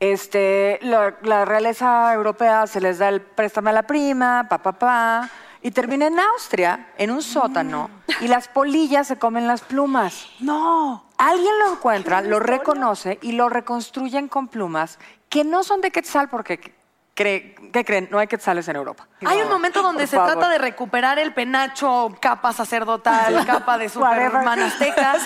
F: este, la, la realeza europea se les da el préstamo a la prima, pa, pa, pa, y termina en Austria, en un sótano, y las polillas se comen las plumas.
G: Mm. No.
F: Alguien lo encuentra, lo reconoce y lo reconstruyen con plumas que no son de Quetzal porque, cree- ¿qué creen? No hay Quetzales en Europa.
G: Hay un momento donde
F: Por
G: se
F: favor.
G: trata de recuperar el penacho, capa sacerdotal, capa de superman azteca.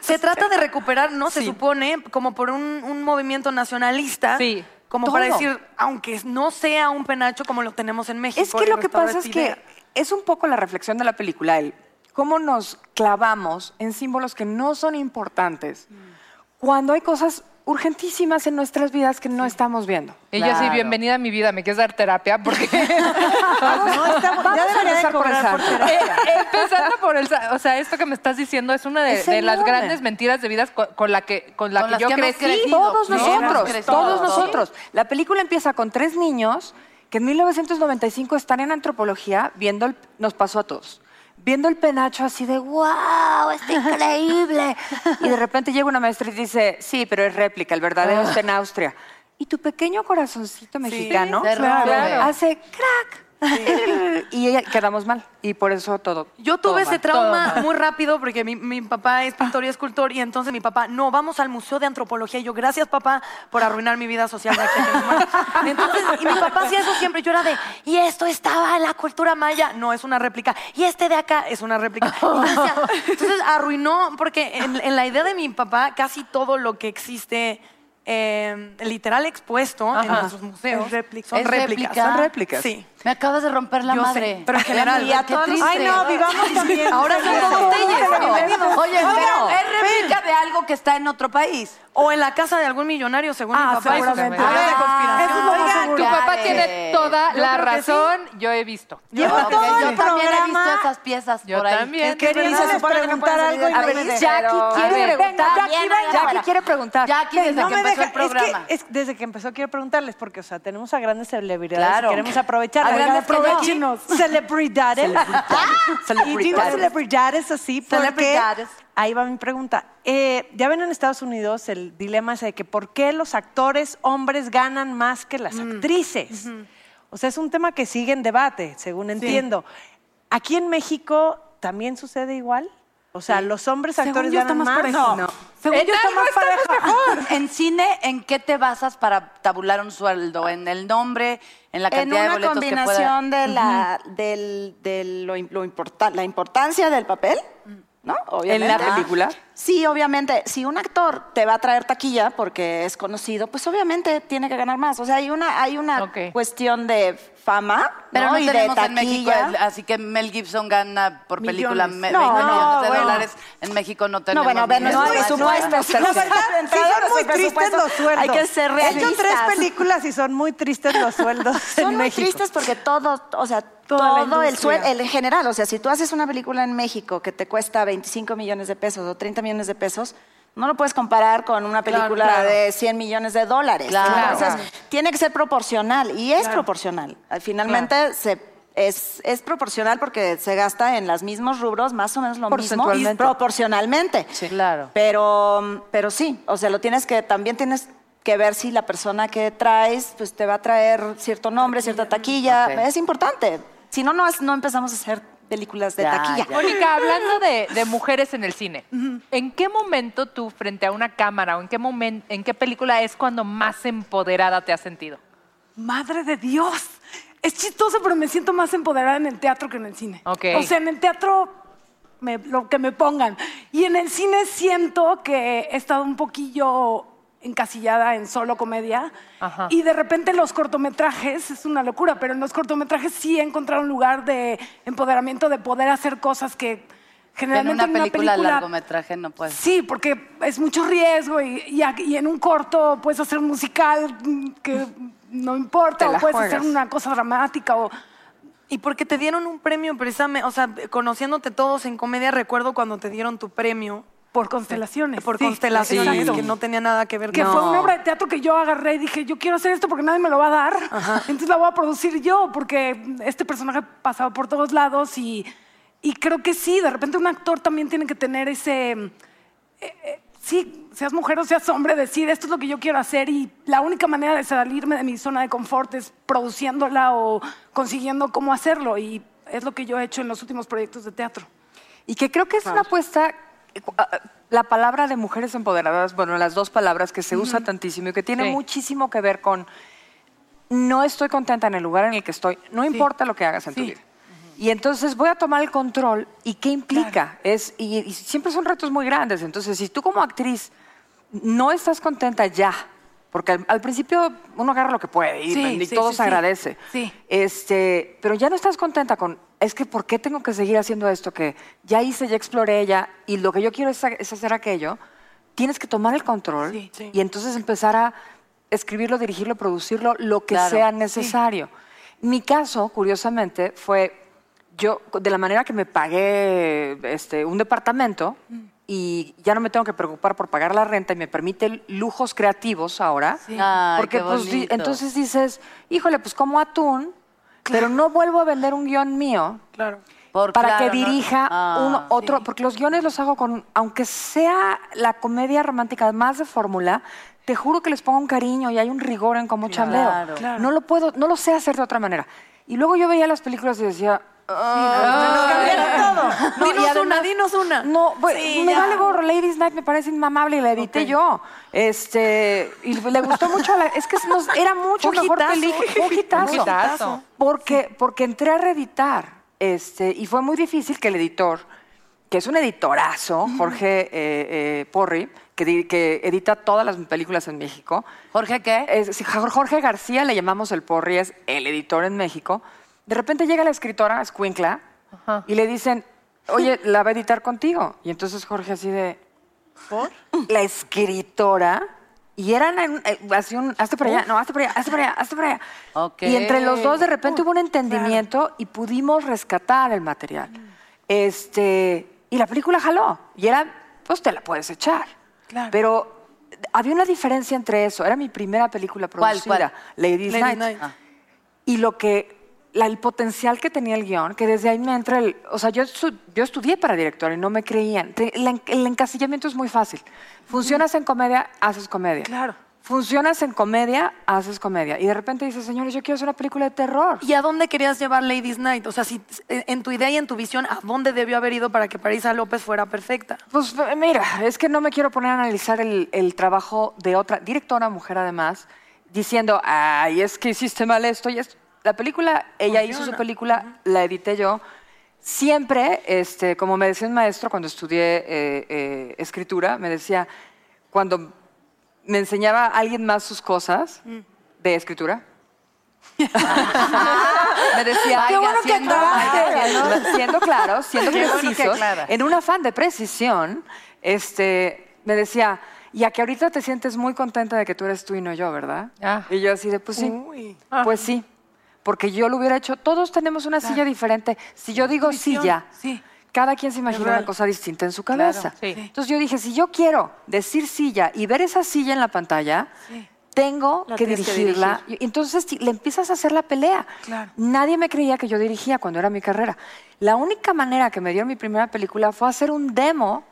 G: se trata de recuperar, ¿no? Se supone, como por un, un movimiento nacionalista.
D: Sí.
G: Como para
F: Todo.
G: decir, aunque no sea un penacho como lo tenemos en México.
F: Es que
G: y
F: lo que
G: restaurar
F: pasa es
G: esta idea.
F: que es un poco la reflexión de la película, el cómo nos clavamos en símbolos que no son importantes cuando hay cosas urgentísimas en nuestras vidas que no estamos viendo.
D: Y yo sí, bienvenida a mi vida, me quieres dar terapia porque...
F: Ah,
I: No, está bu-
F: Vamos
I: ya
F: a
I: debería de
F: empezar por el
I: cobrar por
F: santo.
I: terapia.
D: Eh, empezando por el, sa- o sea, esto que me estás diciendo es una de,
F: Es
D: de las
F: enorme.
D: grandes mentiras de vidas co- con, la que con la
E: Con
D: que
E: las
D: yo
E: que hemos
D: crecí.
E: crecido,
F: Todos
E: ¿no?
F: nosotros,
E: Hemos crecido,
F: todos
E: todos.
F: nosotros. La película empieza con tres niños que en 1995 están en antropología viendo, el- nos pasó a todos, viendo el penacho así de, este wow, está increíble. y de repente llega una maestra y dice, sí, pero es réplica, el verdadero está en Austria. Y tu pequeño corazoncito mexicano
E: se rompe. Claro.
F: hace crack. y ella- quedamos mal. Y por eso todo.
G: Yo tuve
F: todo
G: ese
F: mal.
G: trauma
F: Todo mal.
G: muy rápido porque mi, mi papá es pintor y escultor y entonces mi papá, no, vamos al Museo de Antropología. Y yo, gracias papá por arruinar mi vida social. de aquí a que me muera". entonces, y mi papá hacía eso siempre. Yo era de, y esto estaba en la cultura maya. No, es una réplica. Y este de acá es una réplica. Y yo decía, entonces arruinó, porque en, en la idea de mi papá casi todo lo que existe... eh, literal expuesto en
E: Ajá.
G: nuestros museos.
E: Es réplica.
G: Son
E: Es
G: réplicas.
E: réplica. Son
F: réplicas.
G: Sí.
E: Me acabas de romper la
G: Yo sé,
E: madre.
G: pero en general.
E: Amiga,
G: Y a
E: qué
G: todos-
E: triste.
G: Ay, no, vivamos también. Ahora
E: Ahora
G: son todos ustedes, bienvenidos.
E: Oye,
G: Oigan,
E: pero es
G: ven.
E: réplica de algo que está en otro país.
G: O en la casa de algún millonario, según mi papá. y sus
D: seguramente.
G: teorías de
D: Ah,
G: conspiración.
I: eso es lo más
G: Oigan,
D: Tu
I: seguro.
D: papá
E: Claro.
D: tiene toda
G: Yo
D: la
G: creo que
D: razón, yo he visto.
I: Llevo
E: Porque
I: todo
E: yo
I: el
E: también he visto
I: programa.
E: esas piezas
D: Yo
E: por ahí.
D: también.
I: que
D: ¿verdad?
I: Elisa les preguntar algo y
E: A
I: no
E: ver,
I: me deja.
E: Jackie
F: A
E: quiere
F: ver,
E: preguntar.
F: venga, Jackie,
E: Bien, ahí
F: venga,
E: afuera.
F: Jackie quiere preguntar.
E: Jackie,
F: Ven,
E: desde
F: no
E: que
F: me
E: empezó
F: deja-
E: el programa.
F: Es
B: Es desde que empezó quiero preguntarles porque, o sea, tenemos a grandes celebridades
E: Claro.
B: y queremos aprovechar.
E: A grandes que no.
B: Celebridades. Y digo
F: Celebridades.
B: celebridades así porque...
E: Celebridades.
B: Ahí va mi pregunta. Eh, ya ven en Estados Unidos el dilema ese de que por qué los actores hombres ganan más que las
E: Mm.
B: actrices. O sea, es un tema que sigue en debate, según entiendo. ¿Aquí en México también sucede igual? O sea, los hombres
G: Según
B: actores
G: yo está
B: ganan
G: más
B: más.
G: parejo.
B: No.
E: Según
D: En
E: yo está
D: algo
E: más
D: estamos
E: parejo. En cine, ¿en qué te basas para tabular un sueldo? ¿En el nombre? ¿En la
I: En
E: cantidad de
I: una
E: boletos que pueda?
I: combinación de, la, del- de lo, im- lo importa- la importancia del papel ¿no? Obviamente.
F: ¿En la película?
I: Sí, obviamente. Si un actor te va a traer taquilla porque es conocido, pues obviamente tiene que ganar más. O sea, hay una, hay una cuestión de fama,
E: Pero no,
I: Y de
E: tenemos en México,
I: taquilla.
E: el- así que Mel Gibson gana por
I: Millones.
E: película me-
I: No,
E: 20 millones de
I: no, bueno.
E: dólares. En México no
I: No,
E: tenemos.
I: bueno, ver
E: millones.
I: nuestros
E: No,
I: presupuestos.
C: La verdad,
I: De
C: sí
I: entrada,
C: son muy
I: nuestros
C: tristes
I: presupuestos,
C: los sueldos.
I: hay que ser
C: He hecho tres
I: realistas.
C: películas y son muy tristes los sueldos en
I: Son muy
C: México.
I: tristes porque todo, o sea,
C: Toda la
I: todo el
C: industria.
I: sueldo, en general, o sea, si tú haces una película en México que te cuesta 25 millones de pesos o 30 millones de pesos, no lo puedes comparar con una
E: Claro,
I: película
E: claro.
I: de 100 millones de dólares.
E: Claro.
I: Entonces,
E: Claro.
I: tiene que ser proporcional y es proporcional. Al- Finalmente, se... Es, es proporcional porque se gasta en los mismos rubros, más o menos lo mismo, y
E: Porcentualmente.
I: proporcionalmente.
E: Claro.
I: Pero, pero sí, o sea, lo tienes que, también tienes que ver si la persona que traes, pues te va a traer cierto nombre, cierta taquilla.
D: Ok.
I: Es importante. Si no, no, es- no empezamos a hacer películas de taquilla.
D: Mónica, hablando de, de mujeres en el cine, ¿en qué momento tú frente a una cámara o en qué, momen- en qué película es cuando más empoderada te has sentido?
K: Madre de Dios. Es chistoso, pero me siento más empoderada en el teatro que en el cine.
D: Ok.
K: O sea, en el teatro, me- lo que me pongan. Y en el cine siento que he estado un poquillo encasillada en solo comedia.
D: Ajá.
K: Y de repente los cortometrajes, es una locura, pero en los cortometrajes sí he encontrado un lugar de empoderamiento, de poder hacer cosas que
E: En
K: generalmente
E: una película,
K: película
E: largometraje no puedes.
K: Sí, porque es mucho riesgo y, y a- y en un corto puedes hacer un musical mm, que no importa,
G: Te
K: o
G: la
K: puedes
G: juegas.
K: hacer una cosa dramática o...
G: Y porque te dieron un premio precisamente, o sea, conociéndote todos en comedia, recuerdo cuando te dieron tu premio.
K: Por constelaciones.
G: Por
K: sí,
G: constelaciones,
K: exacto.
G: que no tenía nada que ver
K: Que fue una obra de teatro que yo agarré y dije, yo quiero hacer esto porque nadie me lo va a dar. Entonces la voy a producir yo porque este personaje pasaba por todos lados y, y creo que sí, de repente un actor también tiene que tener ese... eh, eh, sí, seas mujer o seas hombre, decir esto es lo que yo quiero hacer y la única manera de salirme de mi zona de confort es produciéndola o consiguiendo cómo hacerlo y es lo que yo he hecho en los últimos proyectos de teatro.
F: Y que creo que es una apuesta, eh, ah, la palabra de mujeres empoderadas, bueno, las dos palabras que se usa tantísimo y que tiene
D: Sí.
F: muchísimo que ver con no estoy contenta en el lugar en el que estoy, no importa lo que hagas en tu vida. Y entonces voy a tomar el control y qué implica. Es, y, y siempre son retos muy grandes. Entonces, si tú como actriz no estás contenta ya, porque al, al principio uno agarra lo que puede y,
K: Sí,
F: y
K: sí,
F: todo
K: sí,
F: se
K: sí.
F: agradece.
K: Sí.
F: Este, pero ya no estás contenta con, es que ¿por qué tengo que seguir haciendo esto? Que ya hice, ya exploré, ya, y lo que yo quiero es, ha- es hacer aquello. Tienes que tomar el control
G: Sí, sí.
F: y entonces empezar a escribirlo, dirigirlo, producirlo, lo que
E: Claro.
F: sea necesario. Mi caso, curiosamente, fue yo, de la manera que me pagué este, un departamento
G: Mm.
F: y ya no me tengo que preocupar por pagar la renta y me permite lujos creativos ahora.
E: Ay,
F: porque
E: qué
F: pues, di-
E: bonito.
F: entonces dices, híjole, pues como atún, pero no vuelvo a vender un guión mío
G: Claro.
E: Por-
F: para
E: claro,
F: que
E: ¿no?
F: dirija
E: Ah,
F: uno, otro, porque los guiones los hago con, aunque sea la comedia romántica más de fórmula, te juro que les pongo un cariño y hay un rigor en cómo
E: Claro.
F: chambeo. No lo puedo, no lo sé hacer de otra manera. Y luego yo veía las películas y decía, No, y
G: dinos una,
F: además-
G: dinos una.
F: no, bueno,
G: Sí,
F: me
G: ya.
F: vale gorro. Ladies Night me parece inmamable y la edité yo. Este, y le gustó mucho a la- Es que nos- era mucho
G: Fue un
F: mejor
G: hitazo.
F: película. Fue un hitazo.
D: Un hitazo.
F: Porque, porque entré a reeditar. Este, y fue muy difícil que el editor, que es un editorazo, Jorge eh, eh, Porri, que, di- que edita todas las películas en México,
E: Jorge, ¿qué?
F: es- si Jor- Jorge García, le llamamos el Porri, es el editor en México. De repente llega la escritora, Escuincla, y le dicen, oye, la va a editar contigo. Y entonces Jorge así de... ¿Por? La escritora. Y eran en- eh, así un... Hazte para allá, no, hazte para allá, hazte para allá, hazte para allá.
E: Ok.
F: Y entre los dos de repente hubo un entendimiento y pudimos rescatar el material. Este, y la película jaló. Y era, pues te la puedes echar.
G: Claro.
F: Pero había una diferencia entre eso. Era mi primera película
E: ¿Cuál,
F: producida,
E: cuál?
F: Ladies,
G: Lady
F: Night.
G: Night.
E: Ah.
F: Y lo que, la- el potencial que tenía el guión, que desde ahí me entra el... O sea, yo, su- yo estudié para director y no me creían. Te- la en- el encasillamiento es muy fácil. Funcionas en comedia, haces comedia.
G: Claro.
F: Funcionas en comedia, haces comedia. Y de repente dices, señores, yo quiero hacer una película de terror.
G: ¿Y a dónde querías llevar Ladies Night? O sea, si en en tu idea y en tu visión, ¿a dónde debió haber ido para que Parisa López fuera perfecta?
F: Pues eh, mira, es que no me quiero poner a analizar el, el trabajo de otra directora mujer además, diciendo, ay, es que hiciste mal esto y esto. La película, ella hizo su película, la edité yo. siempre, este, como me decía un maestro cuando estudié eh, eh, escritura, me decía, cuando me enseñaba alguien más sus cosas de escritura, me decía,
E: Qué
F: "Ay,
E: bueno que
F: haciendo-
E: aclaraste,
F: haciendo-
E: ¿no?
F: siendo claros, siendo
E: Qué bueno que
F: precisos,
E: aclaras.
F: en un afán de precisión, este, me decía, y a que ahorita te sientes muy contenta de que tú eres tú y no yo, ¿verdad? Y yo así de, pues sí, pues sí, porque yo lo hubiera hecho, todos tenemos una silla diferente, si yo digo silla, cada quien se imagina
G: real.
F: una cosa distinta en su cabeza. Entonces yo dije, si yo quiero decir silla y ver esa silla en la pantalla, tengo
G: La
F: que
G: tienes que
F: dirigirla. Y Entonces ti- le empiezas a hacer la pelea.
G: Claro.
F: Nadie me creía que yo dirigía cuando era mi carrera. La única manera que me dio mi primera película fue hacer un demo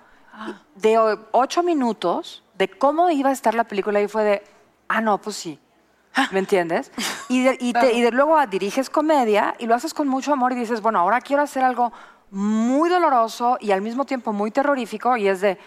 F: de o- ocho minutos de cómo iba a estar la película y fue de, ah, no, pues sí. ¿Me entiendes? Y, de- y te- y de- luego ah, diriges comedia y lo haces con mucho amor y dices, bueno, ahora quiero hacer algo muy doloroso y al mismo tiempo muy terrorífico y es de,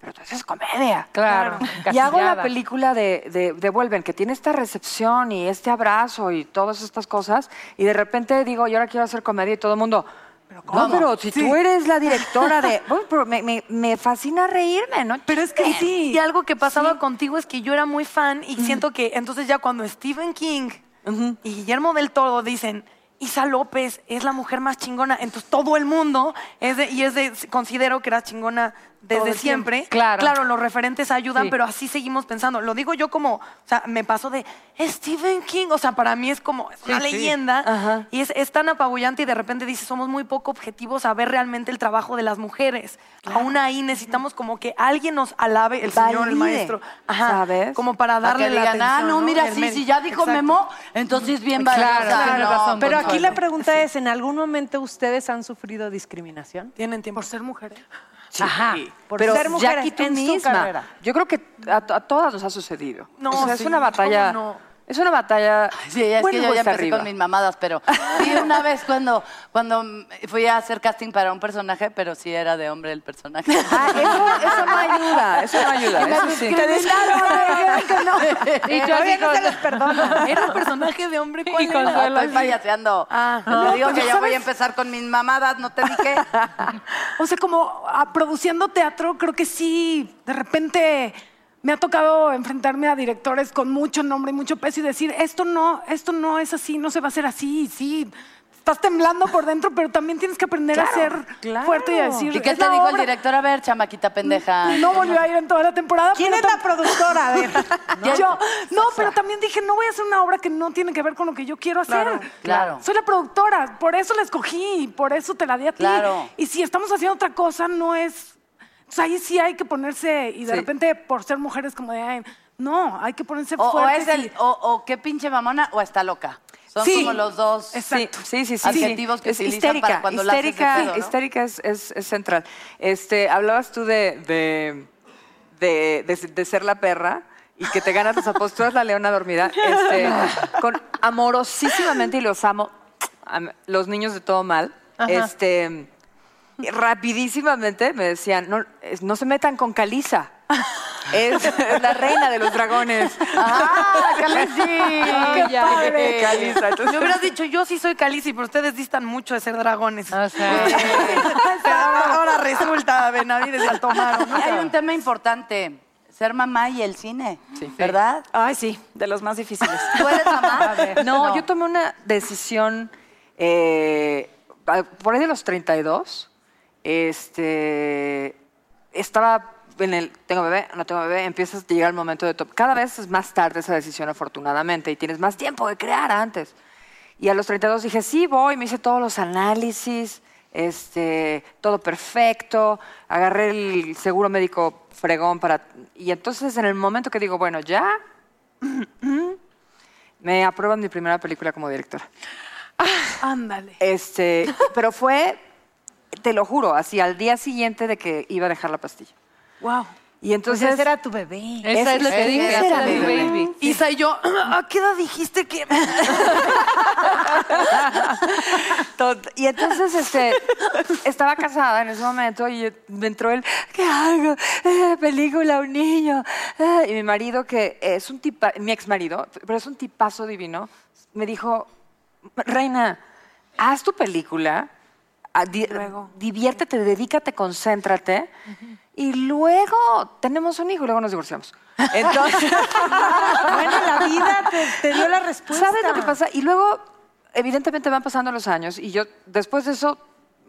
F: pero tú haces comedia.
D: Claro.
F: Y hago la
D: encasillada.
F: película de, de, de Vuelven, que tiene esta recepción y este abrazo y todas estas cosas, y de repente digo, yo ahora quiero hacer comedia y todo el mundo... ¿Pero
E: cómo?
F: No, pero si
E: Sí.
F: tú eres la directora de... Bueno, pero me, me- me fascina reírme, ¿no?
G: Pero es que sí. Y algo que pasaba contigo es que yo era muy fan y siento que entonces ya cuando Stephen King y Guillermo del Toro dicen, Isa López es la mujer más chingona, entonces todo el mundo es de- y es de, considero que era chingona
D: Todo
G: desde
D: el tiempo.
G: siempre.
D: Claro.
G: los referentes ayudan,
D: Sí.
G: pero así seguimos pensando. Lo digo yo como, o sea, me paso de Stephen King, o sea, para mí es como es una
D: Sí, sí.
G: leyenda
F: Ajá.
G: y es, es tan apabullante y de repente dices, somos muy poco objetivos a ver realmente el trabajo de las mujeres. Aún ahí necesitamos como que alguien nos alabe, el señor, el
F: Valide,
G: maestro. Ajá.
F: ¿sabes?
G: Como para
E: Para
G: darle
E: que
G: la
E: digan,
G: atención.
E: ah, no, mira,
G: El
E: sí,
G: mérito.
E: si ya dijo
G: Exacto.
E: Memo, entonces bien
D: Claro,
E: valiosa.
D: tienes razón,
E: pero
B: Pero
E: aquí
B: aquí la pregunta es, ¿en algún momento ustedes han sufrido discriminación?
G: Tienen tiempo. Por ser mujeres.
F: Ajá.
B: Por
F: pero
B: ser mujeres
F: Jackie, tú
B: en su
F: misma.
B: carrera.
F: Yo creo que a, to- a todas nos ha sucedido.
G: No,
F: O sea, es
G: sí,
F: una batalla...
G: ¿cómo no?
F: Es una batalla...
E: Sí, es
F: buen
E: que yo ya
F: cuesta
E: empecé
F: arriba.
E: con mis mamadas, pero sí, una vez cuando, cuando mm, fui a hacer casting para un personaje, pero sí era de hombre el personaje.
F: Ah, eso, eso no ayuda, eso no ayuda. Eso sí.
D: Y yo así con-
G: Era un personaje de hombre. ¿cuál
D: Y
G: era?
E: No,
D: Consuelo
E: estoy
D: así.
E: payaseando.
G: Ah.
E: Te
G: No,
E: digo
G: pues
E: que
G: ya
E: ya voy a
G: sabes.
E: empezar con mis mamadas, no te dije.
K: O sea, como ah, produciendo teatro, creo que sí, de repente me ha tocado enfrentarme a directores con mucho nombre y mucho peso y decir, esto no, esto no es así, no se va a hacer así, y sí. Estás temblando por dentro, pero también tienes que aprender a ser fuerte y a decir.
E: ¿Y qué
K: "Es
E: te
K: la
E: dijo el
K: obra".
E: director? A ver, chamaquita pendeja.
K: No volvió a ir en toda la temporada.
B: ¿Quién
K: pero
B: es la
K: tam-
B: productora? A ver.
K: ¿No? Yo, no, pero también dije, no voy a hacer una obra que no tiene que ver con lo que yo quiero hacer.
E: Claro, claro.
K: Soy la productora, por eso la escogí, y por eso te la di a ti.
E: Claro.
K: Y si estamos haciendo otra cosa, no es... O sea, ahí sí hay que ponerse, y de
F: Sí.
K: repente por ser mujeres como de... "Ay, No, hay que ponerse
E: O, o
K: fuertes
E: es el,
K: y-
E: o, o qué pinche mamona o está loca. Son
K: Sí.
E: como los dos.
K: Exacto.
F: Sí, sí, sí.
E: Adjetivos
F: sí.
E: que utilizan para cuando la haces de
F: histérica,
E: pedo, ¿no?
F: histérica es, es- es central. Este, hablabas tú de, de, de- de- de ser la perra y que te ganas los apóstoles, la leona dormida. Este, con amorosísimamente, y los amo, am- los niños de todo mal. Este, rapidísimamente me decían, no, es- no se metan con Caliza. Es la reina de los dragones.
E: ¡Ah, Calici!
F: ¡Qué padre! Caliza.
G: Me hubieras dicho, yo sí soy Calici, pero ustedes distan mucho de ser dragones.
F: Ah,
D: O sea,
G: Pero ahora, ahora resulta, Benavides y Altomaro. ¿no?
E: Y Hay un tema importante, ser mamá y el cine, ¿verdad?
I: Ay, sí, de los más difíciles.
E: ¿Tú eres mamá?
F: No, yo tomé una decisión eh, a- por ahí de los 32. Este, estaba en el, tengo bebé, no tengo bebé, empiezas a llegar el momento de... to- Cada vez es más tarde esa decisión, afortunadamente, y tienes más tiempo de crear antes. Y a los 32 dije, sí, voy, me hice todos los análisis, este, todo perfecto, agarré el seguro médico fregón para... Y entonces en el momento que digo, bueno, ya, me aprueban mi primera película como directora.
K: Ándale.
F: Este, pero fue, te lo juro, así al día siguiente de que iba a dejar la pastilla.
K: Wow.
G: Pues
F: Y entonces
B: era tu bebé.
D: Pues esa es lo que
E: Ese
D: dije.
E: era
D: esa es
E: mi
D: mi
E: bebé.
D: baby.
G: Isa y yo, ¿a qué edad dijiste que...?
F: Tot- Y entonces este, estaba casada en ese momento y me entró el, ¿qué hago? Eh, película, un niño. Eh, Y mi marido, que es un tipa, mi ex marido, pero es un tipazo divino, me dijo, Reina, haz tu película, a- di- diviértete, dedícate, concéntrate. Y luego tenemos un hijo y luego nos divorciamos. Entonces,
C: Bueno, la vida te- te dio la respuesta.
F: ¿Sabes lo que pasa? Y luego, evidentemente van pasando los años y yo, después de eso,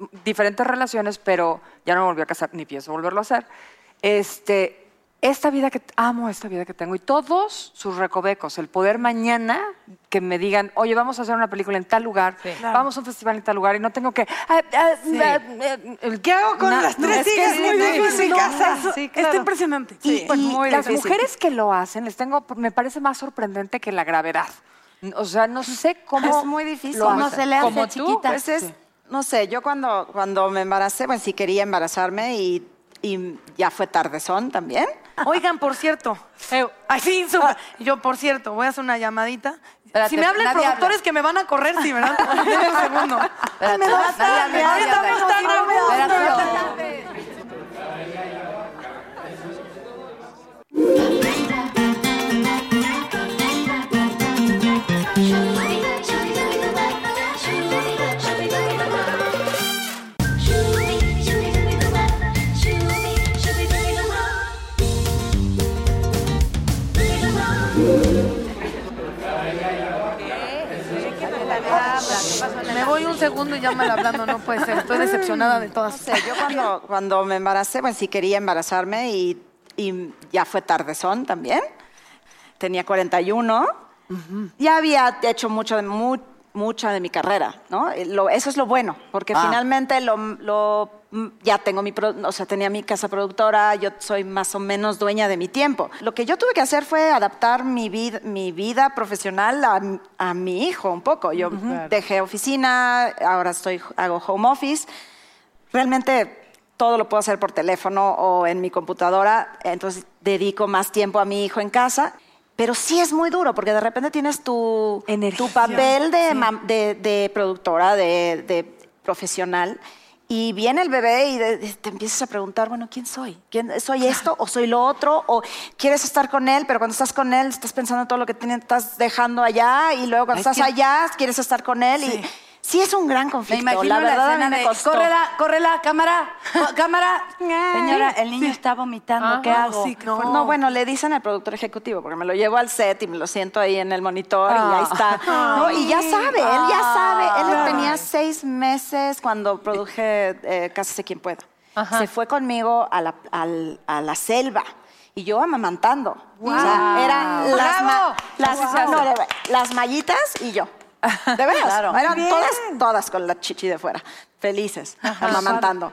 F: m- diferentes relaciones, pero ya no me volví a casar ni pienso volverlo a hacer. Este, esta vida que amo, esta vida que tengo y todos sus recovecos, el poder mañana que me digan, oye, vamos a hacer una película en tal lugar,
C: Claro.
F: vamos a un festival en tal lugar y no tengo que. ah, ah,
C: Sí.
F: ah, ah, el-
C: ¿Qué hago con
F: Na-
C: las
F: no,
C: tres
F: es que
C: hijas?
F: sí,
C: Muy
F: no,
C: difícil
F: no,
C: casa.
F: eso-
C: Sí,
K: Está
C: claro.
K: impresionante.
F: y,
K: Pues
F: y
K: muy
F: las
K: difícil.
F: mujeres que lo hacen, les tengo, me parece más sorprendente que la gravedad. O sea, no sé cómo.
I: es muy difícil.
F: lo
I: No
F: hacen.
I: se le hace
F: Como tú.
I: chiquita. Pues es- no sé, yo cuando, cuando me embaracé, bueno, sí quería embarazarme y, y ya fue tardezón también.
G: Oigan, por cierto. Ay, sí, súper. Yo, por cierto, voy a hacer una llamadita. si me hablan
E: nadie
G: productores
E: habla.
G: que me van a correr, sí, ¿verdad? Deme un segundo.
E: Espérate, nadie habla, nadie habla. Espérate,
G: Me voy un segundo y ya me la hablando, no puede ser. Estoy decepcionada de todas.
I: No sé, yo cuando, cuando me embaracé, bueno, sí quería embarazarme y, y ya fue tardezón también. Tenía 41. Ya había hecho mucho, de mu- mucha de mi carrera, ¿no? Eh, lo- eso es lo bueno, porque
E: Ah.
I: finalmente lo, lo- mm, ya tengo mi, pro- o sea, tenía mi casa productora, yo soy más o menos dueña de mi tiempo. Lo que yo tuve que hacer fue adaptar mi, vid- mi vida profesional a, m- a mi hijo un poco. Yo dejé oficina, ahora estoy, hago home office. Realmente todo lo puedo hacer por teléfono o en mi computadora, entonces dedico más tiempo a mi hijo en casa. Pero sí es muy duro, porque de repente tienes tu, tu papel de, mam- de- de productora, de, de profesional, y viene el bebé y de- de- te empiezas a preguntar, bueno, ¿quién soy? ¿Quién, ¿Soy esto o soy lo otro? ¿O quieres estar con él, pero cuando estás con él estás pensando en todo lo que tiene- estás dejando allá, y luego cuando
E: Ay,
I: estás
E: qué-
I: allá quieres estar con él? Y sí es un gran
E: Me
I: conflicto.
E: imagino
I: la
E: la,
I: verdad, a mí
E: escena
I: me
E: de
I: costó.
E: córrela, córrela, cámara, co- cámara. Señora, el niño está vomitando, ¿qué
G: no,
E: hago?
G: sí, qué
I: No.
G: fuerte.
I: bueno, le dicen al productor ejecutivo, porque me lo llevo al set y me lo siento ahí en el monitor y ahí está. No, y ya sabe, él ya sabe. Él tenía seis meses cuando produje eh, Cásese quien pueda. Se fue conmigo a la, al- a la selva y yo amamantando. O sea, eran las, ma- las, no, de ver- las mallitas y yo. De veras,
E: Claro.
I: eran todas, todas con la chichi de fuera, felices, amamantando.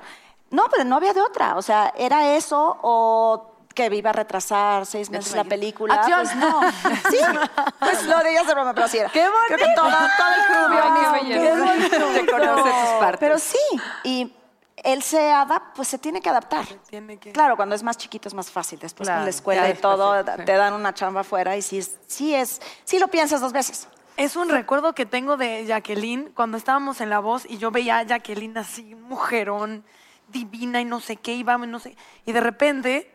I: No, pero no había de otra. O sea, era eso o que iba a retrasar seis meses la película.
E: ¡Acción!
I: Pues no. Sí, pues lo de ella se broma, pero sí era. ¡Qué bonito! Creo que todo, todo el club vio
F: Ay,
I: mis-
F: qué belleza. Te conoce tus partes.
I: Pero sí, y él se adapta, pues se tiene que adaptar. Claro, cuando es más chiquito es más fácil. Después con la escuela y todo, te dan una chamba afuera y sí, es- sí, es, sí lo piensas dos veces.
G: Es un recuerdo que tengo de Jacqueline cuando estábamos en La Voz y yo veía a Jacqueline así, mujerón, divina y no sé qué, y vamos, no sé. Y de repente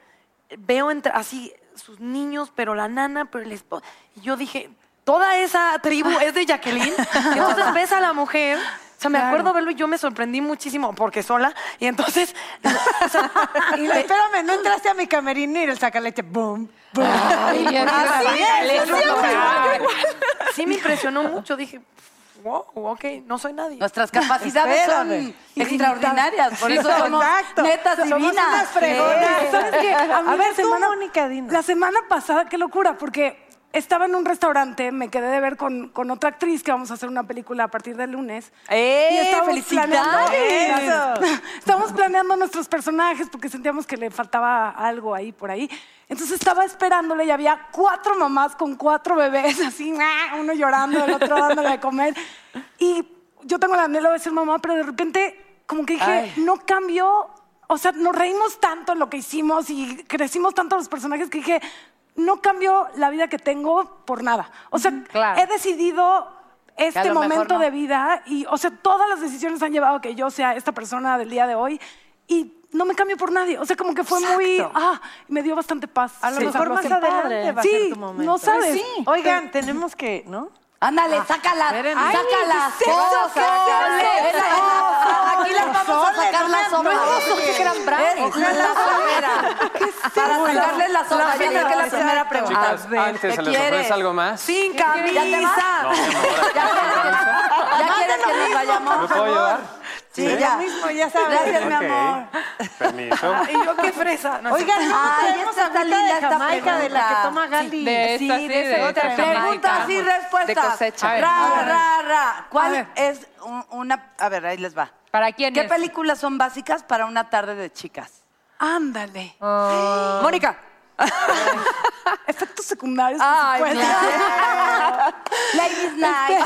G: veo entre- así sus niños, pero la nana, pero el esposo. Y yo dije, toda esa tribu es de Jacqueline. Entonces ves a la mujer. O sea, me acuerdo verlo y yo me sorprendí muchísimo porque sola. Y entonces. o sea,
C: Y la- espérame, no entraste a mi camerino y el sacaleche, boom, boom.
G: Así es,
C: es, siempre igual,
G: sí me impresionó mucho. Dije, wow, ok, no soy nadie.
E: Nuestras capacidades
C: Espérame.
E: son extraordinarias, por eso somos
C: Exacto.
E: netas
C: Somos
E: divinas.
C: unas fregonas.
E: Sí.
K: ¿Sabes qué? A, mí
C: A
K: la
C: ver, tú,
K: semana,
C: Mónica, dinos.
K: La semana pasada, qué locura, porque estaba en un restaurante, me quedé de ver con, con otra actriz que vamos a hacer una película a partir del lunes.
E: ¡Eh,
K: estábamos
E: felicidades!
K: planeando- Estábamos planeando nuestros personajes porque sentíamos que le faltaba algo ahí por ahí. Entonces estaba esperándole y había cuatro mamás con cuatro bebés, así, ¡ah! uno llorando, el otro dándole de comer. Y yo tengo el anhelo de ser mamá, pero de repente, como que dije,
E: Ay.
K: no cambió. O sea, nos reímos tanto en lo que hicimos y crecimos tanto los personajes que dije, no cambió la vida que tengo por nada. O sea,
D: Claro.
K: he decidido este
E: lo mejor
K: momento
E: no.
K: de vida y, o sea, todas las decisiones han llevado a que yo sea esta persona del día de hoy y no me cambio por nadie. O sea, como que fue muy, ah, me dio bastante paz.
C: A lo
K: Sí.
C: mejor más
K: Sí.
C: adelante va a ser
K: Sí,
C: tu momento.
F: Pues
K: no sabes.
C: Oigan, tenemos que, ¿no?
E: Ándale, sácala,
C: espérenme.
E: sácala.
C: ¿qué es eso?
E: Cosas,
C: ¿Qué es eso?
E: cosas. aquí las vamos a sacar las
F: No
E: obras.
F: es oso, que eran brownies.
E: Ojalá fuera. Para sacarle las obras. Ya saqué la primera pregunta.
H: Chicas, antes, ¿se les ofrece algo más?
E: Sin camisa. ¿Ya te vas?
H: No, mi amor,
E: ¿Ya quieres que nos vayamos?
H: ¿me puedo ayudar?
E: Sí, ya. mismo, ya sabes. Gracias, mi
H: Ok.
E: amor.
H: Permiso.
E: Y yo qué fresa.
C: No, sí. Ay, esta está linda, esta pregunta. Sí, de esta, sí, de esta Jamaica.
E: Preguntas y
D: De
E: respuestas.
D: cosecha. A ver.
E: Ra,
D: A ver.
E: ra, ra. ¿Cuál es un- una... A ver, ahí les va.
D: ¿Para quién
E: ¿Qué películas son básicas para una tarde de chicas?
K: Ándale.
E: Mónica.
K: Efectos secundarios.
G: Ah.
E: Ay,
K: por supuesto.
E: Ladies Night.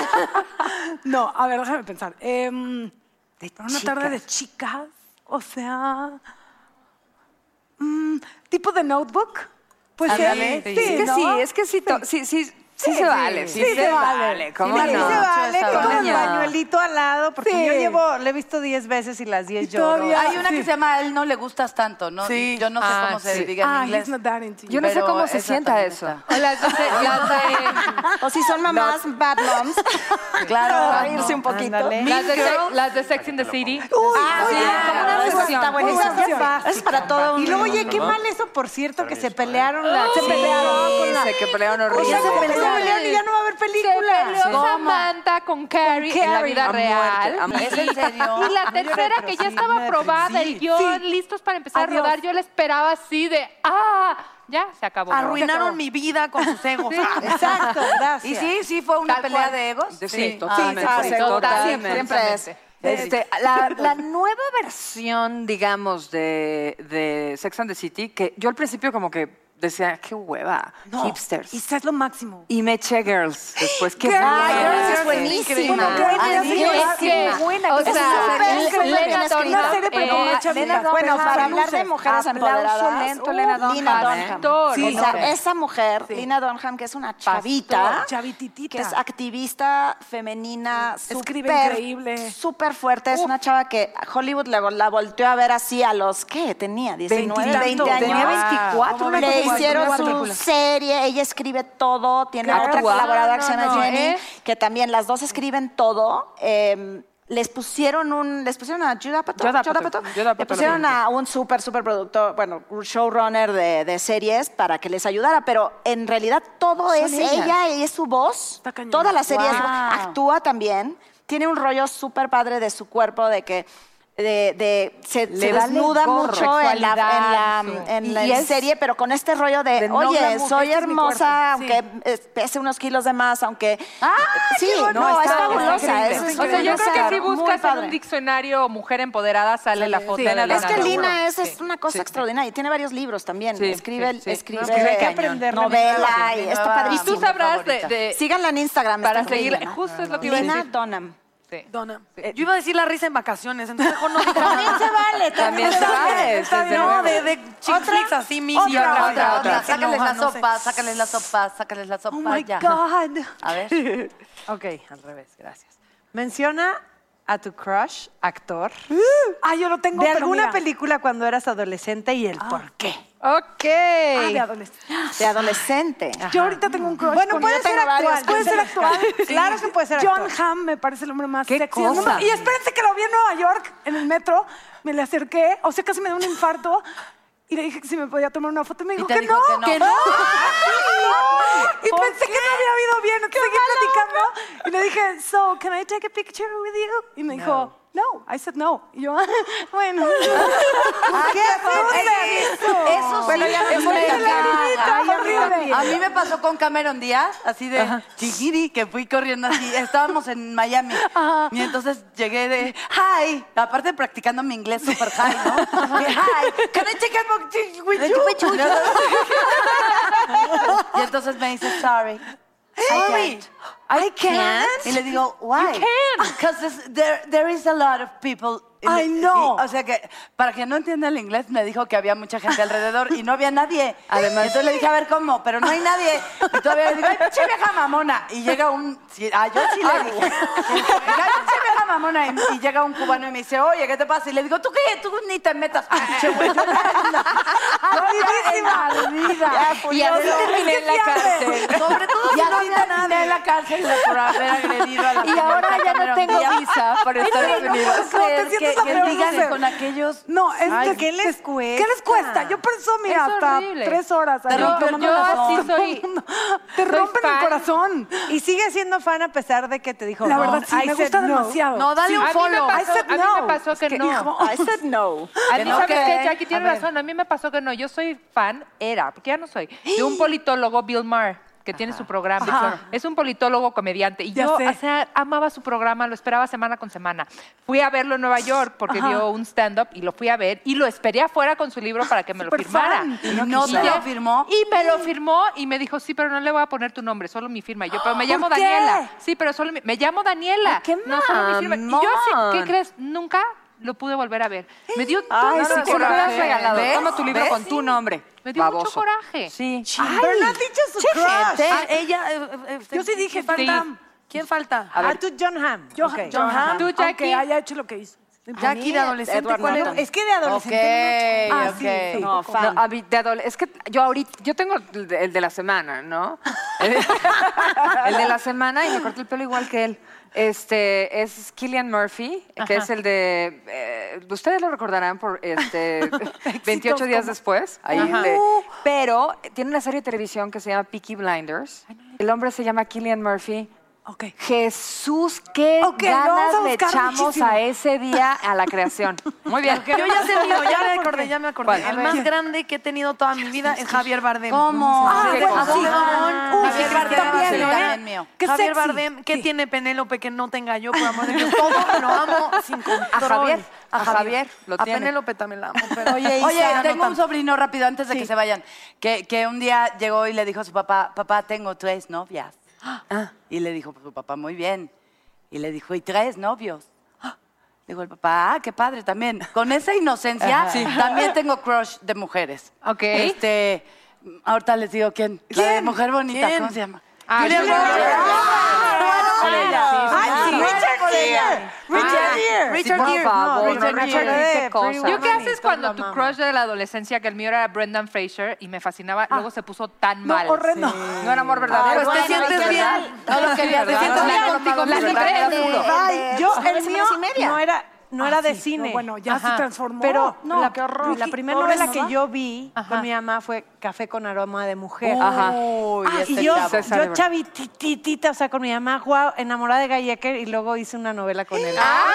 K: No, a ver, déjame pensar. Em, para una tarde de chicas, o sea, mm, tipo de notebook.
C: ¿eh?
K: Pues
F: Ándale.
K: sí,
F: Sí, es que
K: ¿no?
F: sí, es que sí, to- sí, sí, sí, se vale.
C: Sí, se vale.
F: ¿Cómo
C: sí,
F: no?
C: se vale
F: Mucho
C: con el
F: desarrollo.
C: pañuelito al lado, porque
E: Sí.
C: yo llevo, le he visto 10 veces y las 10 lloro.
E: Hay
G: ah,
E: una que se llama A él no le gustas tanto, ¿no?
C: Sí.
E: Yo no sé
C: Ah,
E: cómo se
C: sí.
E: diga en
C: Ah,
E: inglés.
C: he's not that into you.
F: Yo no sé
E: Pero
F: cómo se
E: esa
F: sienta
E: también
F: eso.
E: está.
D: Las de- las de-
I: O si son mamás, bad moms.
E: Claro.
I: reírse un poquito.
D: Las de, Se- las de Sex in the City.
C: Ah,
D: Sí,
C: claro,
D: como una
C: esa
D: sección.
C: está buenísima.
I: Esa es
C: Ya
I: básica.
C: es para todo
I: un
C: Y luego, oye,
I: mundo,
C: qué
I: ¿no?
C: mal eso, por cierto, que se pelearon. la- se pelearon con la...
F: Sí, que pelearon
C: O
F: horrible.
C: sea, se pelearon y ya no va a haber
D: Se
C: película.
D: peleó Samantha con Carrie, en la
C: Carrie.
D: vida
C: A
D: real.
F: muerte, a muerte.
D: Y-
E: ¿Es en serio?
D: Y la
C: lloré,
D: tercera
C: pero
D: que ya
C: sí,
D: estaba
C: madre,
D: aprobada,
C: sí.
D: el guión,
C: Sí.
D: listos para empezar
C: Adiós.
D: a rodar. Yo la esperaba así de ¡ah! Ya, se acabó.
G: Arruinaron mi vida con sus egos. Ah,
C: Exacto, gracias.
E: ¿Y sí? ¿Sí fue una
D: Tal
E: pelea
D: cual.
E: de egos?
F: Sí, sí,
D: Ah,
F: totalmente.
D: sí, totalmente.
F: Siempre es. Este, la, la nueva versión, digamos, de, de Sex and the City, que yo al principio como que decía, qué hueva,
G: no.
F: hipsters.
G: Y es lo máximo.
F: Y me eché Girls después. ¡Qué
G: Girls,
F: buena.
G: Girls es
F: buenísima.
D: Ay,
G: Sí,
D: es
G: es
D: que,
G: buena,
D: o
G: que es
D: sea,
G: súper,
D: L-
G: súper
D: Lena Eh,
G: bien escrita.
D: Dunham
G: Una serie, pero con
D: es-
G: mucha vida.
I: Lena Dunham
G: Bueno, para hablar de
I: mujeres empoderadas,
F: lento, Lena
I: uh,
F: Dunham.
D: Pastor.
I: Sí,
D: Sí,
I: o sea,
D: no.
I: esa mujer, Lina Dunham, que es una chavita,
G: Chavititita.
I: que es activista femenina,
G: Escribe
I: súper-
G: increíble.
I: súper fuerte. Es una chava que Hollywood la, la volteó a ver así a los, ¿qué? Tenía 19, 20,
G: Veintitantos.
I: años.
F: Tenía 24, una
I: Le
F: cosa así.
I: hicieron su
F: Película.
I: serie, ella escribe todo, tiene
F: Claro.
I: otra
F: Wow.
I: colaboradora que
D: No,
I: se llama
D: no,
I: Jenny,
D: ¿eh?
I: que también las dos escriben todo. Eh, les pusieron un, les pusieron a Judah Apatow,
F: Judd Apatow,
I: Judd Apatow,
F: Judd Apatow
I: le
F: lo
I: pusieron
F: produjo.
I: a un súper, súper productor, bueno, showrunner de, de series para que les ayudara, pero en realidad todo es
F: ellas.
I: ella, ella es su voz,
G: Está cañón.
I: toda la serie es-
F: Wow.
I: actúa también, tiene un rollo súper padre de su cuerpo, de que de, de- se,
F: Le
I: se
F: vale
I: desnuda
F: gorro.
I: mucho en la,
D: Sexualidad,
I: en la-
D: sí.
I: en
F: Y-
I: la
F: y es-
I: serie, pero con este rollo de,
F: de no,
I: oye,
F: glamour, este
I: soy
F: es mi
I: hermosa,
F: cuerpo". Sí.
I: aunque eh, pese unos kilos de más, aunque...
F: ¡Ah,
I: sí,
F: qué bonito!
I: no, es
F: Está-
I: fabulosa.
F: está
I: es
F: increíble.
D: O sea, yo creo que si
I: fabulosa, muy
D: buscas en
I: padre.
D: un diccionario mujer empoderada, sale la foto
F: sí.
D: de Lena
I: Es que
D: Dunham.
I: Lina es, es
D: Sí.
I: una cosa extraordinaria y tiene varios libros también.
F: Sí,
I: escribe,
F: sí, sí.
I: escribe,
F: No, pues hay que
C: aprenderle.
I: novela
E: Mi
I: y
E: nueva-
I: está
E: mi
D: Y
I: padrísimo.
D: tú
E: Sí,
D: sabrás de,
E: favorita.
D: de-
I: Síganla en Instagram.
D: para
I: está increíble.
D: seguir, justo es lo que iba a
I: Lina
D: decir.
I: Donham.
D: Sí.
G: Dona. Yo iba a decir la risa en vacaciones, entonces mejor no.
E: También se vale.
F: También se vale, desde
G: no,
F: luego.
G: de, de chick flicks así, mis y
E: Otra,
G: otra,
E: otra, otra.
G: Que
E: Sácales
G: enoja,
E: la
G: no sé.
E: sopa, sácales la sopa, sácales la sopa.
G: Oh my
E: ya.
G: God.
E: A ver.
C: Ok, al revés, gracias. Menciona a tu crush, actor,
G: Ah, yo lo tengo,
C: de
G: pero
C: alguna
G: mira.
C: película cuando eras adolescente y el por qué.
D: Ok.
G: Ah, de adolescente.
I: De adolescente.
G: Yo ahorita tengo un crush
C: Bueno,
G: con-
C: puede
I: yo
C: ser
I: tengo
C: actual.
I: varios.
C: Puede ser actual. Claro que puede ser
G: John
C: actual.
G: Hamm me parece el hombre más
F: ¿Qué
G: sexy del mundo.
F: cosa?
G: Y espérense que lo vi en Nueva York, en el metro. Me le acerqué, o sea, casi me dio un infarto. Y le dije que si me podía tomar una foto. Y me dijo,
E: te
G: que,
E: dijo
G: no,
E: que no.
G: ¡Ah! Y pensé que no había habido bien. Entonces seguí platicando. Y le dije, so, can I take a picture with you? Y me dijo, no. I said no. Y yo, bueno. Ah,
E: ¿Qué eso? Eso sí.
G: Bueno, ya me
E: me
G: puse la
E: caga.
G: lagrimita, horrible.
E: A mí me pasó con Cameron Díaz, así de chiquiri, que fui corriendo así. Estábamos en Miami. Y entonces llegué de, hi. Aparte practicando mi inglés super high, ¿no? De, hi, can I check a book with you? Y entonces me dice, sorry. I can't.
F: I can't.
E: Y le digo, why? Because there, there is a lot of people. in-
G: I know.
E: y- o sea que, para quien no entienda el inglés, me dijo que había mucha gente alrededor y no había nadie. Además. Entonces le dije, a ver, ¿cómo? Pero no hay nadie. Y todavía le digo, ay, pinche vieja mamona. Y llega un... sí, ah, yo sí le dije. Le dije, "Ay, pinche vieja mamona. Y, y llega un cubano y me dice, oye, ¿qué te pasa? Y le digo, ¿tú qué? Tú ni te metas, pinche güey. Yo, no, no, en la vida.
D: Y así terminé en la cárcel.
E: Sobre todo si no había nadie. en la cárcel por haber agredido a la
D: Y ahora ya no tengo visa
E: por
K: Ay,
E: Estados
K: no, no
E: Unidos.
K: puedo creer sientas
E: Que-
K: la
E: que
K: peor
E: digan
K: mujer.
E: con aquellos-
K: No, es
E: Ay,
K: que-
E: ¿qué les
K: que-
E: cuesta?
K: ¿Qué les cuesta? Yo por eso, mira,
E: Es
K: hasta
E: horrible.
K: tres horas.
E: Te rompe el
K: yo así
E: corazón.
K: soy. Te rompen el corazón.
C: Y sigue siendo fan a pesar de que te dijo
K: La
C: no.
K: verdad, sí,
C: I
K: me
C: said
K: gusta
C: no.
K: demasiado. No, dale un
D: a
K: follow.
D: Mí me
K: I
D: pasó,
K: said
D: a mí
K: no.
D: me pasó que,
K: Es que
D: no.
K: dijo, I said
I: no.
D: A
K: Que
D: mí,
K: no,
D: ¿sabes
K: que-
D: qué, Jackie? Tiene
K: a ver.
D: razón. A mí me pasó que no. Yo soy fan, era, porque ya no soy, de un politólogo, Bill Maher, que tiene su programa.
K: Ajá.
D: Claro. Es un politólogo comediante. Y
K: Ya
D: yo,
K: sé.
D: o sea, amaba su programa, lo esperaba semana con semana. Fui a verlo en Nueva York porque
K: Ajá.
D: dio un stand-up y lo fui a ver y lo esperé afuera con su libro para que me lo
E: Súper
D: firmara.
E: fan. ¿Y no
D: Y
E: te
D: ya-
E: lo firmó?
D: Y me lo firmó y me dijo, sí, pero no le voy a poner tu nombre, solo mi firma. Y yo, pero me
E: ¿Por
D: llamo
E: qué?
D: Daniela. Sí, pero solo mi- me llamo Daniela.
E: Ay, qué
D: no solo mi firma. Y yo así, ¿qué
E: mamón.
D: crees? Nunca lo pude volver a ver. Me dio
F: Ay,
D: tanto
F: sí, que me
D: coraje.
F: hubieras regalado.
D: ¿Ves?
F: Toma tu libro
D: ¿Ves?
F: con tu nombre.
D: Me dio mucho
F: baboso.
D: coraje.
F: Sí.
C: Pero no has dicho su
F: che,
C: crush.
F: gente.
C: Ah,
F: ella. eh, eh,
G: Yo sí dije,
F: Sí.
G: falta. ¿Quién falta?
F: A
C: Ah,
F: ver.
C: tú John Hamm.
G: Yo,
C: Ok.
G: John Hamm,
D: Tú,
G: aunque
D: Jackie.
G: haya hecho lo que hizo.
F: Jackie de adolescente,
G: Edward
F: ¿cuál era?
G: Norton.
C: Es que de adolescente.
F: Ok,
C: no- Ah,
F: ok.
C: sí, sí,
F: No,
C: poco.
F: no, a mí, de adole- es que yo ahorita, yo tengo el de, el de la semana, ¿no? el de la semana y me corté el pelo igual que él. Este es Killian Murphy, que es el de. eh, ustedes lo recordarán por este 28 días después. ahí el de-
C: Uh.
F: pero tiene una serie de televisión que se llama Peaky Blinders. El hombre se llama Killian Murphy.
G: Ok.
F: Jesús, qué
G: Ok, lo vamos a
F: ganas le
G: buscar
F: echamos
G: muchísimo.
F: a ese día a la creación. Muy bien.
G: Yo ya sé el mío, ya me
F: ¿Por
G: acordé,
F: qué?
G: ya me acordé.
F: ¿Cuál?
G: El más grande que he tenido toda mi vida es Javier Bardem.
E: ¿Cómo?
G: Ah,
F: Qué
G: de-
F: cosa.
G: sí.
E: Ah,
G: Uy,
E: Javier
G: sí,
E: Bardem,
G: también,
E: sí,
G: ¿no?
E: también
D: ¿eh?
E: mío.
G: Qué
F: Javier
G: Javier
F: Bardem,
G: Bardem, ¿qué tiene Penélope que no tenga yo, por amor de Dios? Todo lo amo sin control.
F: A Javier, a Javier, lo
G: a
F: tiene.
G: Penélope también la amo. Pero...
E: Oye,
G: Isa,
E: tengo
G: no
E: un
G: tanto.
E: sobrino rápido antes de que se vayan, que, que un día llegó y le dijo a su papá, papá, tengo tres novias. Y le dijo su papá, muy bien. Y le dijo, ¿y tres novios? Dijo el papá, ah, qué padre también. Con esa inocencia, también tengo crush de mujeres.
D: Ok.
E: Este, ahorita les digo quién. La de mujer bonita, ¿cómo se llama?
D: Ah,
E: Julia
D: Julia
E: Roberts.
D: Roberts.
E: Ah, sí, sí, sí.
C: Richard Gere. Ah, Richard Gere.
F: Sí, por favor, no,
C: Richard
F: no, no,
C: Gere.
F: qué
C: Free
F: cosa.
C: Woman.
D: ¿Yo qué haces
C: Todos
D: cuando
C: la
D: tu
C: amamos.
D: crush de la adolescencia, que el mío era Brendan Fraser y me fascinaba, luego se puso tan
G: No,
D: mal?
G: horrendo.
D: No era amor verdadero.
F: Pues te sientes bien. No lo querías, te sientes bien contigo.
D: La
F: misma.
D: libré
F: Era
D: de-
F: puro.
C: Ay, yo
I: Son
C: el
I: las
C: mío
I: semanas y media.
C: no era no
G: Ah,
C: era de
G: sí,
C: cine.
G: no, bueno, ya se transformó.
C: Pero
G: No,
C: la,
G: qué horror.
C: la
G: Ricky
C: primera
G: Torres,
C: novela que
G: ¿no?
C: yo vi
D: Ajá.
C: con mi mamá fue Café con aroma de mujer.
F: Ajá.
E: Uy,
C: Ah,
E: este
C: y yo,
E: chavo.
F: César
C: yo
F: Ebro.
C: chavititita, o sea, con mi mamá, guau, enamorada de Gallecker y luego hice una novela con él. ¡Ah!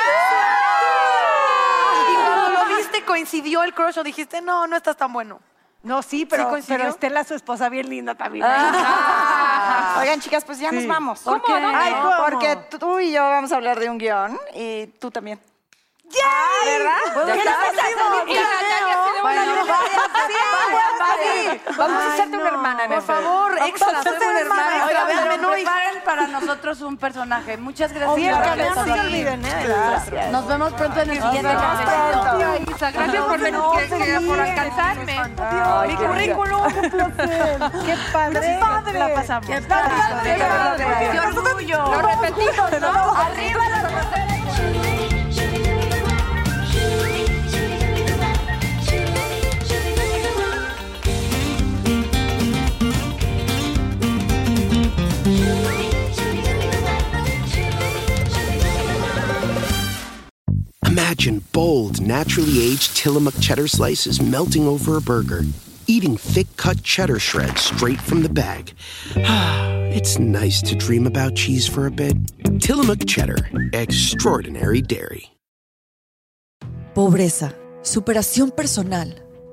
G: Y cuando lo viste, coincidió el crush o dijiste, no, no estás tan bueno.
C: No, sí, pero,
G: coincidió?
C: pero Estela, su esposa, bien linda también.
I: Oigan, chicas, pues ya nos vamos.
C: ¿Cómo? ¿A dónde?
I: Ay,
C: ¿Cómo?
I: Porque tú y yo vamos a hablar de un guión y tú también. ¡Ya! ¿Verdad?
F: Ya
I: ¿Qué
F: está.
I: nos vas a hacer?
D: Y la Jackie así de
F: Bueno,
D: buena
F: vamos Vamos a hacerte una hermana en
G: Por
F: este.
G: favor,
F: Vamos a
G: extra,
F: hacerte
G: hacerte
F: una
G: una
F: hermana.
G: hermana.
F: Oiga,
G: Oiga,
F: vean
G: vean
F: el
G: menú
F: Ah, menú
G: y-
E: Preparen para nosotros un personaje. Muchas gracias.
C: Sí, el
E: por
C: café, no
E: estar
C: se
E: aquí.
C: olviden, ¿eh?
E: Nos vemos pronto en el siguiente
I: vemos
E: cafecito.
D: Isa, gracias por,
G: No,
D: que-
G: se
D: que-
G: ríe.
D: por alcanzarme.
F: Ay,
G: Mi
F: qué rica.
G: currículum, qué placer.
C: Qué padre.
G: Qué padre.
C: La pasamos.
G: Qué padre.
E: Qué padre.
G: Porque nosotros-
D: Lo repetimos, ¿no? Arriba la
J: Imagine bold, naturally aged Tillamook cheddar slices melting over a burger, eating thick cut cheddar shreds straight from the bag. it's nice to dream about cheese for a bit. Tillamook cheddar, extraordinary dairy.
L: Pobreza, superación personal,